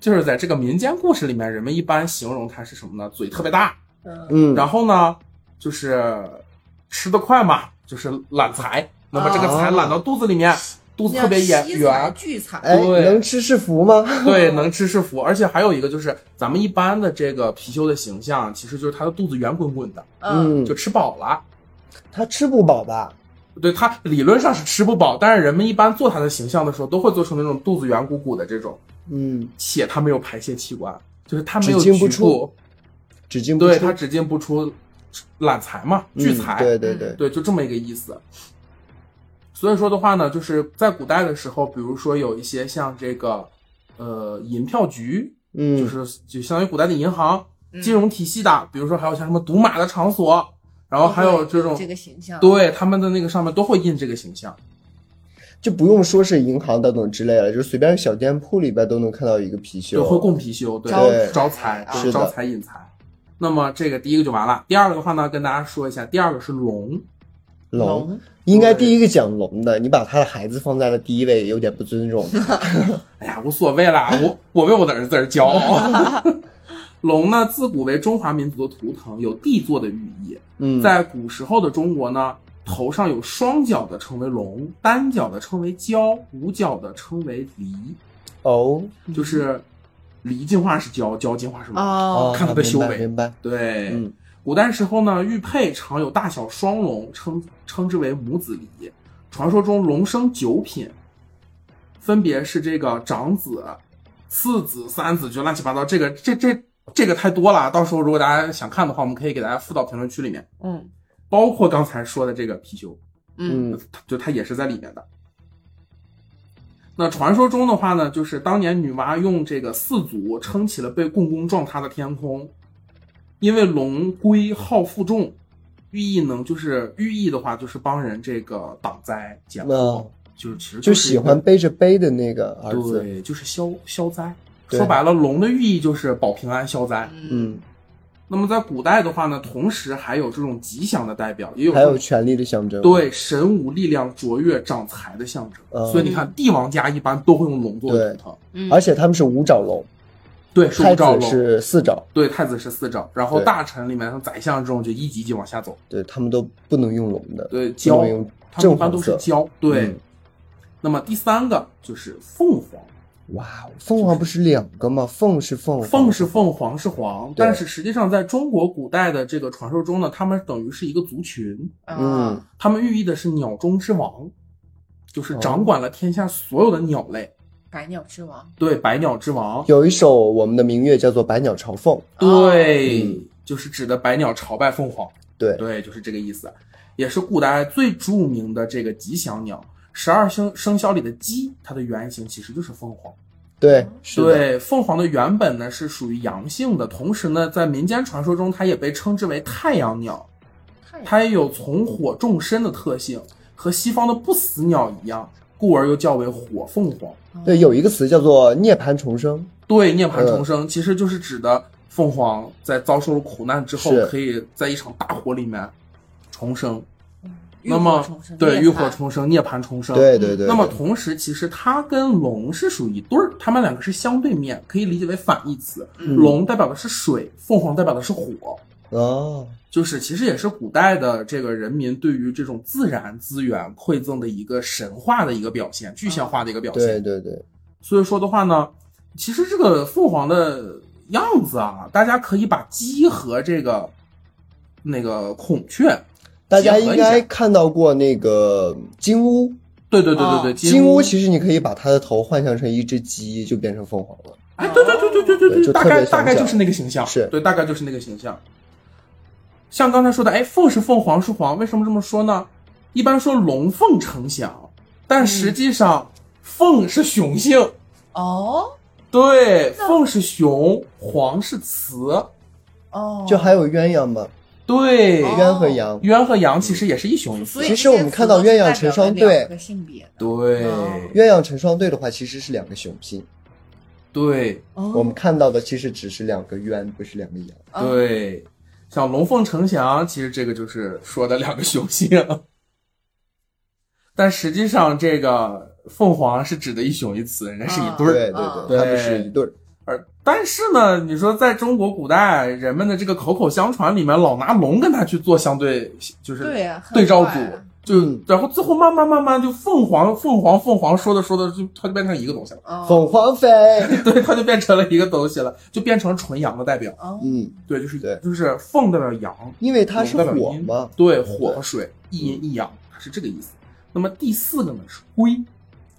B: 就是在这个民间故事里面，人们一般形容它是什么呢？嘴特别大，
C: 嗯
A: 嗯，
B: 然后呢，就是吃得快嘛，就是揽财。那么这个
A: 哦
B: 财揽到肚子里面，肚子特别
C: 那
B: 圆
C: 西
B: 圆
C: 财，聚财，
A: 哎，
B: 对
A: 能吃是福吗？ <laughs>
B: 对，能吃是福。而且还有一个就是，咱们一般的这个貔貅的形象，其实就是它的肚子圆滚滚的，
C: 嗯
B: 就吃饱了。
A: 他吃不饱吧？
B: 对，它理论上是吃不饱，但是人们一般做它的形象的时候，都会做出那种肚子圆鼓鼓的这种，
A: 嗯，
B: 且它没有排泄器官，就是它没有
A: 只进不
B: 局
A: 出
B: 部，
A: 只进不出。
B: 对，它只进不出，揽财嘛，聚财。
A: 嗯对对对，
B: 对，就这么一个意思。所以说的话呢，就是在古代的时候，比如说有一些像这个，呃，银票局，就
A: 嗯，
B: 是就相当于古代的银行、
C: 嗯
B: 金融体系的，比如说还有像什么赌马的场所，然后还有这种
C: 这个形象，
B: 对他们的那个上面都会印这个形象。
A: 就不用说是银行等等之类了，就随便小店铺里边都能看到一个貔
B: 对，会
A: 貅。
B: 供貔貅，对，
A: 对
B: 招财，
C: 啊
B: 对
A: 是的
B: 招财引财。那么这个第一个就完了。第二个的话呢，跟大家说一下，第二个是龙，
A: 龙应该第一个讲龙的，你把他的孩子放在了第一位，有点不尊
B: <laughs>
A: 重。
B: 哎呀，无所谓
C: <laughs>
B: 啦，我我为我的儿子而骄傲。 <laughs> 龙呢，自古为中华民族的图腾，有地坐的寓意。
A: 嗯，
B: 在古时候的中国呢，头上有双角的称为龙，单角的称为蛟，五角的称为离。
A: 哦
B: 就是离进化是蛟，蛟进化是龙。
C: 哦，
B: 看他的修为
A: 啊明白明白。
B: 对，
A: 嗯
B: 古代时候呢，玉佩常有大小双龙，称称之为母子离。传说中龙生九品，分别是这个长子、次子、三子，就乱七八糟。这个这这这个太多了，到时候如果大家想看的话，我们可以给大家附到评论区里面，
C: 嗯
B: 包括刚才说的这个貔貅。
C: 嗯
A: 嗯
B: 它就它也是在里面的。那传说中的话呢，就是当年女娲用这个四足撑起了被共工撞塌的天空，因为龙龟好负重，寓意呢就是寓意的话就是帮人这个挡灾减
A: 那
B: 祸，就是其实
A: 就是
B: 一
A: 喜
B: 个
A: 欢背着背的那个儿子。
B: 对，就是消消灾。
A: 对
B: 说白了，龙的寓意就是保平安消灾。
C: 嗯
A: 嗯，
B: 那么在古代的话呢，同时还有这种吉祥的代表，也有
A: 还
B: 这种
A: 有权力的象征。，
B: 对神武力量卓越、长财的象征。
A: 嗯
B: 所以你看，帝王家一般都会用龙做为
A: 对
B: 图腾。
C: 嗯，
A: 而且他们是五爪龙，
B: 对，是
A: 太
B: 五爪
A: 子
B: 龙。
A: 是四爪，
B: 对，太子是四爪，然后
A: 对
B: 大臣里面像宰相这种就一级级往下走。
A: 对他们都不能用龙的，
B: 对，
A: 不能
B: 蛟，
A: 用
B: 他们一
A: 正
B: 般
A: 黄
B: 都是
A: 色。
B: 蛟。对。
A: 嗯
B: 那么第三个就是凤凰，
A: 哇，凤凰不是两个吗？凤是凤凰，
B: 凤是凤，凰是黄，
A: 对
B: 但是实际上在中国古代的这个传说中呢，他们等于是一个族群，
A: 嗯
C: 啊，
B: 他们寓意的是鸟中之王，
A: 哦
B: 就是掌管了天下所有的鸟类。
C: 百鸟之王，
B: 对，百鸟之王。
A: 有一首我们的民乐叫做《百鸟朝凤》，
B: 对，
A: 嗯
B: 就是指的百鸟朝拜凤凰，
A: 对，
B: 对，就是这个意思，也是古代最著名的这个吉祥鸟。十二生生肖里的鸡，它的原型其实就是凤凰。
A: 对，是的，
B: 对，凤凰的原本呢是属于阳性的，同时呢，在民间传说中，它也被称之为太阳鸟，
C: 太
B: 它也有从火众生的特性，和西方的不死鸟一样，故而又叫为火凤凰。
C: 哦
A: 对，有一个词叫做涅槃重生，
B: 对，涅
A: 嗯
B: 槃重生、其实就是指的凤凰在遭受了苦难之后
A: 是，
B: 可以在一场大火里面重生。
C: 浴
B: 那
C: 火
B: 么
C: 重生
B: 对，
C: 涅
B: 浴火
C: 槃
B: 重生、涅槃重生。
A: 对对对。
B: 嗯那么
A: 对
B: 同时，其实它跟龙是属于一对儿，它们两个是相对面，可以理解为反义词。
C: 嗯
B: 龙代表的是水，凤凰代表的是火。
A: 哦，
B: 就是其实也是古代的这个人民对于这种自然资源馈赠的一个神话的一个表现，具象化的一个表现。
A: 对对对，
B: 所以说的话呢，其实这个凤凰的样子啊，大家可以把鸡和这个那个孔雀，
A: 大家
B: 结合
A: 应
B: 一下
A: 该看到过那个金乌，
B: 对对对对对，
A: 啊
C: 哦
A: 金
B: 乌
A: 乌，其实你可以把它的头幻象成一只鸡，就变成凤凰了。
B: 哎，对对对对对
A: 对就
B: 大
A: 特别
B: 概
A: 像
B: 大概
A: 这样
B: 就是那个形象，
A: 是
B: 对，大概就是那个形象。像刚才说的，哎，凤是凤，凰是凰，为什么这么说呢？一般说龙凤呈祥，但实际上、凤是雄性，
C: 哦
B: 对，凤是雄，凰是雌，
C: 哦，
A: 就还有鸳鸯嘛，
B: 对，
C: 哦
A: 鸳和羊，
B: 鸳和羊其实也是一雄一雌
C: 嗯所以，
A: 其实我们看到鸳鸯成双对
C: 这些词都是代表了两个性别的
B: 对
C: 哦
A: 鸳鸯成双对的话，其实是两个雄性。
B: 对
C: 哦
A: 我们看到的其实只是两个鸳，不是两个羊。
C: 啊
B: 对，像龙凤呈祥，其实这个就是说的两个雄性， <laughs> 但实际上这个凤凰是指的一雄一雌，人家是一对
A: 对
B: 儿。
A: 对
C: 啊
A: 对，它们是一对儿。
B: 而但是呢，你说在中国古代人们的这个口口相传里面，老拿龙跟它去做相对，就是
C: 对呀，很
B: 对照组
C: 怪啊，
B: 就
A: 嗯
B: 然后最后慢慢慢慢就凤凰凤凰凤凰说的说的就它就变成一个东西了，
C: 哦
A: 凤凰飞，
B: 对，它就变成了一个东西了，就变成纯阳的代表，
C: 哦
A: 嗯，
B: 对，就是
A: 对
B: 就是凤代表阳，
A: 因为它是
B: 龙代表
A: 火
B: 阴
A: 嘛。
B: 对，火和水一阴一阳，它是这个意思。那么第四个呢是龟，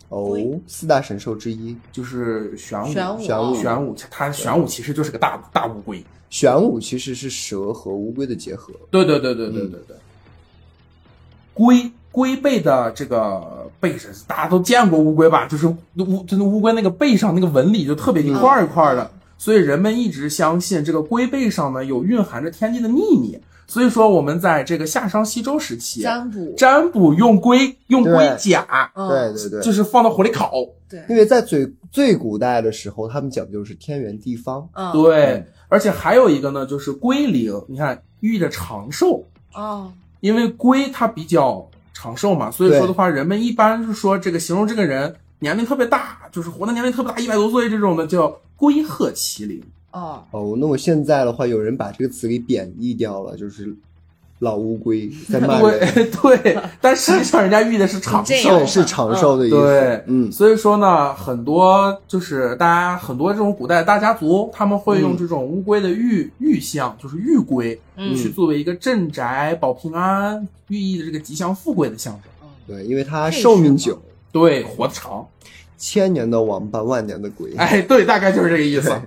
A: 哦，四大神兽之一，
B: 就是玄武，
C: 玄武
A: 嗯
C: 哦
A: 玄武
B: 玄武，它玄武其实就是个大大乌龟。
A: 玄武其实是蛇和乌龟的结合。
B: 对对对对对
A: 嗯
B: 对对。龟龟背的这个背是大家都见过乌龟吧？就是乌真的乌龟那个背上那个纹理就特别一块儿一块儿的，
A: 嗯
B: 所以人们一直相信这个龟背上呢有蕴含着天地的秘密。所以说我们在这个夏商西周时期，
C: 占卜，
B: 占卜用龟用龟
A: 对
B: 甲，
C: 嗯
A: 对嗯对对
B: 就，是放到火里烤。
A: 因
C: 对，
A: 为在最最古代的时候，他们讲究是天圆地方。
C: 嗯
B: 对，而且还有一个呢，就是龟灵，你看寓意着长寿，
C: 哦
B: 因为龟它比较长寿嘛，所以说的话，人们一般是说这个形容这个人年龄特别大，就是活的年龄特别大，一百多岁这种的叫龟鹤麒麟。
C: 哦
A: 哦，那我现在的话，有人把这个词给贬义掉了，就是老乌龟
B: <laughs>
A: 在骂人，
B: 对 <laughs> 对，但实际上人家寓意的是长
C: 这
B: 寿
C: 样
A: 对，。是长寿的意思。
B: 对，
A: 嗯，
B: 所以说呢，很多就是大家很多这种古代大家族，他们会用
A: 嗯
B: 这种乌龟的玉玉像，就是玉龟，
C: 嗯
B: 去作为一个镇宅、保平安、寓意的这个吉祥富贵的象征。
C: 嗯
A: 对，因为它寿命久，
B: 对，活得长。
A: 千年的王八，万年的啊龟。
B: <laughs> 哎，对，大概就是这个意思
A: 对。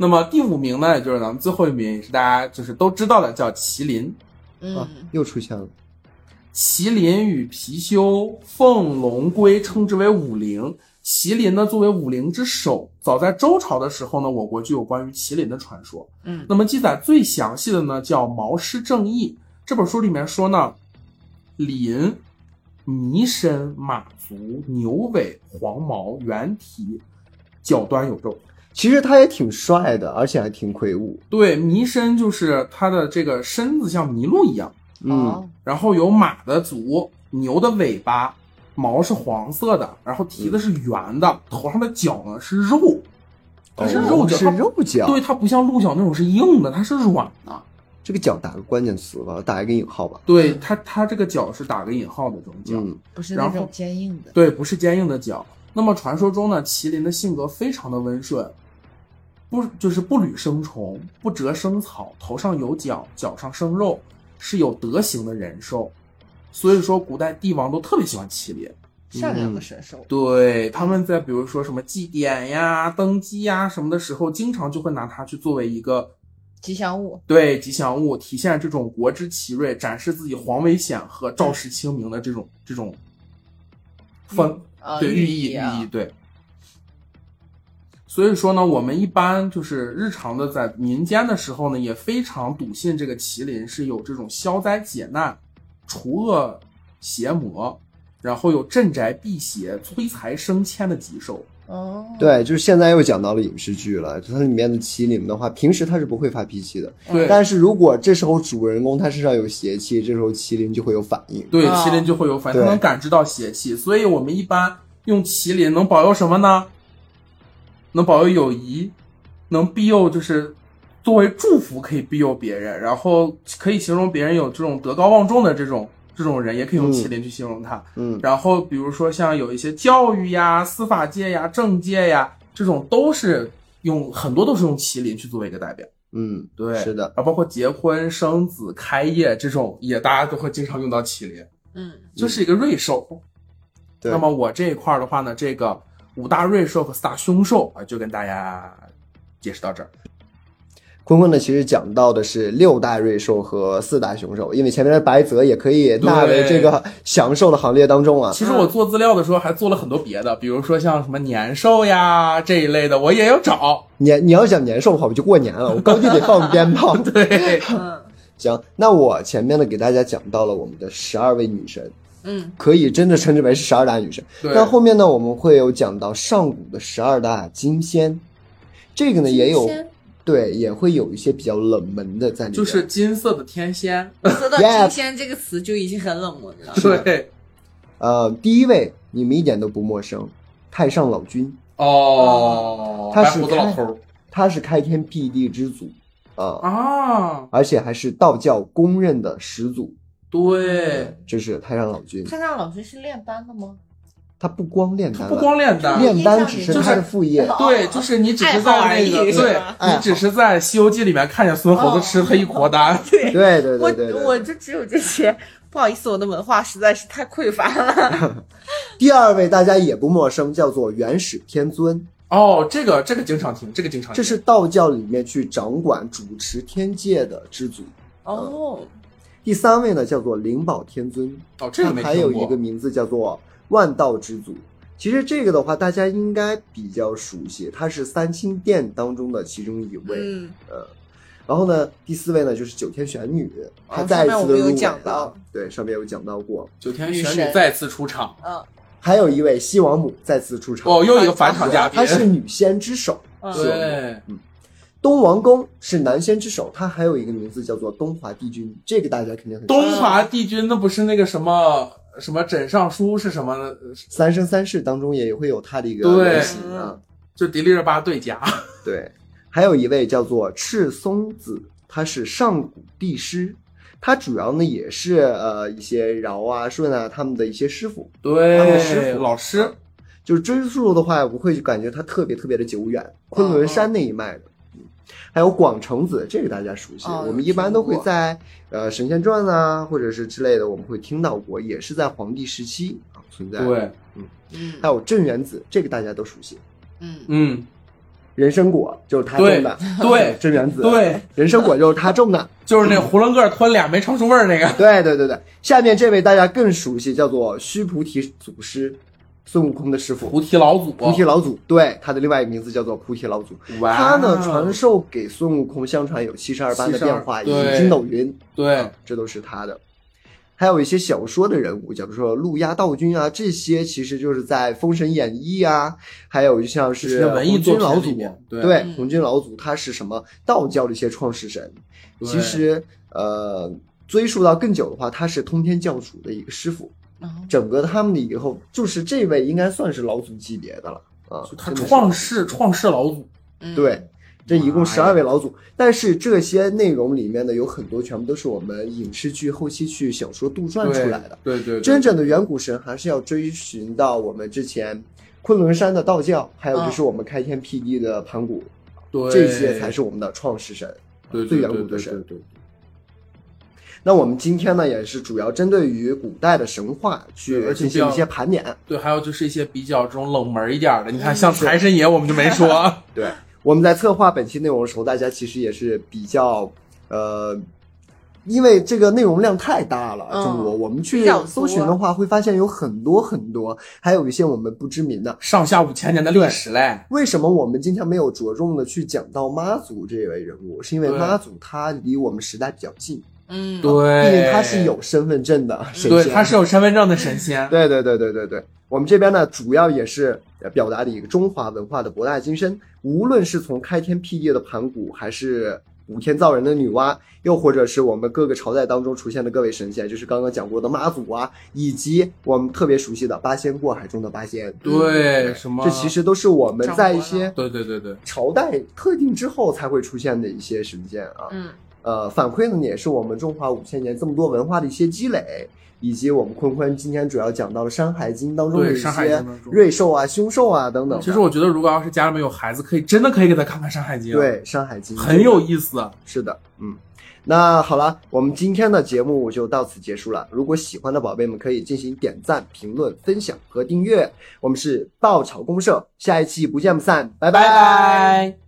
B: 那么第五名呢，也就是咱们最后一名，也是大家就是都知道的，叫麒麟。
A: 啊
C: 嗯，
A: 又出现了。
B: 麒麟与貔貅、凤龙龟称之为五灵。麒麟呢，作为五灵之首，早在周朝的时候呢，我国就有关于麒麟的传说。
C: 嗯
B: 那么记载最详细的呢，叫《毛诗正义》这本书里面说呢，麟、泥身、马足、牛尾、黄毛、猿蹄，脚端有肉。
A: 其实他也挺帅的，而且还挺魁梧。
B: 对，泥身就是它的这个身子像麋鹿一样，
A: 嗯，
C: 哦
B: 然后有马的足，牛的尾巴，毛是黄色的，然后蹄子是圆的，头上的角呢是肉，它是肉
A: 哦
B: 角，
A: 是
B: 它
A: 肉角。啊
B: 对，它不像鹿角那种是硬的，它是软的。
A: 这个角打个关键词吧，打一个引号吧。
B: 对它，它这个角是打个引号的这种角，
A: 嗯，
C: 不是那
B: 然
C: 种
B: 后
C: 坚硬的，
B: 对，不是坚硬的角。那么传说中呢，麒麟的性格非常的温顺，不就是不履生虫，不折生草，头上有角，脚上生肉，是有德行的人兽。所以说，古代帝王都特别喜欢麒麟，
A: 嗯
C: 善良的神兽，
B: 对他们在比如说什么祭典呀、登基呀什么的时候，经常就会拿它去作为一个
C: 吉祥物，
B: 对吉祥物，体现这种国之奇瑞，展示自己皇威显赫、肇事清明的这种这种风、
C: 啊，
B: 对，寓
C: 意
B: 意
C: 啊
B: 寓意对。所以说呢，我们一般就是日常的在民间的时候呢，也非常笃信这个麒麟是有这种消灾解难、除恶邪魔，然后有镇宅辟邪、催财升迁的吉兽。
C: 哦，
A: 对，就是现在又讲到了影视剧了，它里面的麒麟的话，平时它是不会发脾气的，
C: 嗯
B: 对
A: 但是如果这时候主人公他身上有邪气，这时候麒麟就会有反应。
B: 对，
C: 哦
B: 麒麟就会有反，它
A: 对
B: 能感知到邪气，所以我们一般用麒麟能保佑什么呢？能保佑友谊，能庇佑就是作为祝福可以庇佑别人，然后可以形容别人有这种德高望重的这种这种人，也可以用麒麟去形容他。
A: 嗯
B: 然后比如说像有一些教育呀、司法界呀、政界呀，这种都是用很多都是用麒麟去作为一个代表。
A: 嗯，
B: 对，
A: 是的，
B: 然后包括结婚、生子、开业这种，也大家都会经常用到麒麟，
C: 嗯
B: 就是一个瑞兽。
A: 对，
B: 那么我这一块儿的话呢，这个五大瑞兽和四大凶兽啊，就跟大家解释到这儿。
A: 坤坤呢，其实讲到的是六大瑞兽和四大雄兽，因为前面的白泽也可以纳为这个享受的行列当中啊。
B: 其实
C: 嗯
B: 我做资料的时候还做了很多别的，比如说像什么年兽呀这一类的，我也有找。
A: 年你要讲年兽的话，我就过年了，我高低得放鞭
B: <laughs>
A: 炮。
B: 对，
C: 嗯
A: 行，那我前面呢给大家讲到了我们的十二位女神，
C: 嗯
A: 可以真的称之为是十二大女神。
B: 对，
A: 但后面呢，我们会有讲到上古的十二大金仙，这个呢也有
C: 金仙
A: 对，也会有一些比较冷门的在里面。
B: 就是金色的天仙。
C: 说到
A: Yeah
C: 金仙这个词就已经很冷门了。
A: 是的
B: 对，
A: 呃，第一位你们一点都不陌生，太上老君。
B: 哦，
A: 他
B: 白
A: 是
B: 胡子老头儿
A: 他是开天辟地之祖啊、
B: 啊，
A: 而且还是道教公认的始祖，
B: 对，
A: 这是太上老君。
C: 太上老君是炼丹的吗？
A: 他不光炼
B: 他
A: 丹
B: 不
A: 了，
B: 光炼丹，
A: 炼丹只是他的副业。
B: 对，就是你只是
C: 爱好
B: 在
C: 而
B: 那
C: 已
B: 个，
C: 是
B: 对
C: 吧哦
A: 哎
B: 你只是在《西游记》里面看见孙猴子吃他一坨丹，
A: 对对对对对
C: 我我就只有这些，不好意思，我的文化实在是太匮乏了。
A: 第二位大家也不陌生，叫做元始天尊，
B: 哦，这个这个经常听，这个经常听，
A: 这是道教里面去掌管主持天界的之祖。
C: <laughs> 哦，
A: 第三位呢叫做灵宝天尊，
B: 哦，这个没
A: 还有
B: 听
A: 一个
B: 过。
A: 名字叫做万道之祖。其实这个的话，大家应该比较熟悉，他是三清殿当中的其中一位。
C: 嗯，
A: 呃，然后呢，第四位呢就是九天玄女，她
C: 哦
A: 再一
C: 上面
A: 次
C: 我
A: 的
C: 们有
A: 入围
C: 讲
A: 了
C: 到，
A: 对，上面有讲到过。
B: 九天
C: 女
B: 玄女
C: 神
B: 再次出场，
C: 嗯，
A: 还有一位西王母再次出场，
B: 哦，又一个返场嘉宾
A: 她，是女仙之首。
C: 嗯
A: 是
B: 对，
A: 东王公是男仙之首，他还有一个名字叫做东华帝君，这个大家肯定很熟
B: 东华帝君那不是那个什么什么枕上书是什么？
A: 三生三世当中也会有他的一个
B: 对
A: 原型啊。
B: 就迪丽热巴对家，
A: 对，还有一位叫做赤松子，他是上古帝师，他主要呢也是呃一些尧啊、舜啊他们的一些师傅。他们师
B: 对，
A: 傅
B: 老师，
A: 就是追溯的话，我会感觉它特别特别的久远，昆
B: 哦
A: 仑山那一脉的。嗯还有广成子，这个大家熟悉，
C: 哦
A: 我们一般都会在呃《神仙传》啊，或者是之类的，我们会听到过，也是在黄帝时期啊存在。，
B: 对，
C: 嗯
A: 还有镇元子，这个大家都熟悉，
C: 嗯
B: 嗯，
A: 人参果就是他
B: 对
A: 种的，
B: 对
A: 镇元子，，
B: 对，
A: 人参果就是他种的。
B: 就是那囫囵个吞俩没尝出味儿那个，
A: 对对对对，下面这位大家更熟悉，叫做须菩提祖师，孙悟空的师傅。
B: 菩提老祖，
A: 菩提老祖，对，他的另外一个名字叫做菩提老祖。
B: 哇
A: 他呢传授给孙悟空，相传有七十二般的变化，
B: 72
A: 以及
B: 对
A: 筋斗云，啊
B: 对，
A: 这都是他的。还有一些小说的人物，假如说陆家道君啊，这些其实就是在《封神演义》啊，还有像
B: 这
A: 是
B: 些文艺
A: 红
B: 作
A: 军
B: 品
A: 老
B: 里
A: 祖
B: 面，对
A: 对，
C: 嗯
A: 红军老祖他是什么道教的一些创始神？
B: 对
A: 其实呃，追溯到更久的话，他是通天教主的一个师傅。
C: 嗯，
A: 整个他们以后就是这位应该算是老祖级别的了啊，
B: 他
A: 真的是
B: 创世创世老祖，
C: 嗯
A: 对，，这一共
B: 妈呀
A: 十二位老祖，但是这些内容里面呢，有很多全部都是我们影视剧后期去小说杜撰出来的。
B: 对对对，
A: 真正的远古神还是要追寻到我们之前昆仑山的道教，还有就是我们开天辟地的盘古，
B: 对
A: 这些才是我们的创始神。
B: 对
A: 最
B: 对
A: 远
B: 对
A: 古的
B: 对
A: 神
B: 对对
A: 那我们今天呢，也是主要针对于古代的神话去
B: 对而且
A: 进
B: 比
A: 行
B: 较
A: 一些盘点。
B: 对，还有就是一些比较这种冷门一点儿的，
A: 嗯
B: 你看像财神爷我们就没说，
A: 对，我们在策划本期内容的时候，大家其实也是比较，呃，因为这个内容量太大了，
C: 嗯
A: 中国我们去
C: 比较多
A: 搜寻的话，会发现有很多很多，还有一些我们不知名的。
B: 上下五千年的历
A: <laughs>
B: 史嘞，
A: 为什么我们今天没有着重的去讲到妈祖这位人物？是因为
B: 对
A: 妈祖她离我们时代比较近，
C: 嗯，
A: 毕
B: 对，
A: 竟她是有身份证的神
B: 对，
A: 仙
B: 他是有身份证的神仙，
A: 对对对对对对，我们这边呢，主要也是呃表达的一个中华文化的博大精深。无论是从开天辟地的盘古，还是补天造人的女娲，又或者是我们各个朝代当中出现的各位神仙，就是刚刚讲过的妈祖啊，以及我们特别熟悉的八仙过海中的八仙。嗯
B: 对，什么？
A: 这其实都是我们在一些
B: 对对对对，
A: 朝代特定之后才会出现的一些神仙啊。
C: 嗯，
A: 呃，反馈呢也是我们中华五千年这么多文化的一些积累，以及我们坤坤今天主要讲到了《山海经》当中的
B: 对
A: 一
B: 山海经
A: 些
B: 当中
A: 瑞兽啊、凶兽啊等等的。
B: 其实我觉得，如果要是家里面有孩子，可以真的可以给他看看《山海经》，
A: 对《山海经》
B: 很有意思。
A: 是的，嗯。那好了，我们今天的节目就到此结束了。如果喜欢的宝贝们，可以进行点赞、评论、分享和订阅。我们是爆炒公社，下一期不见不散，拜
B: 拜拜。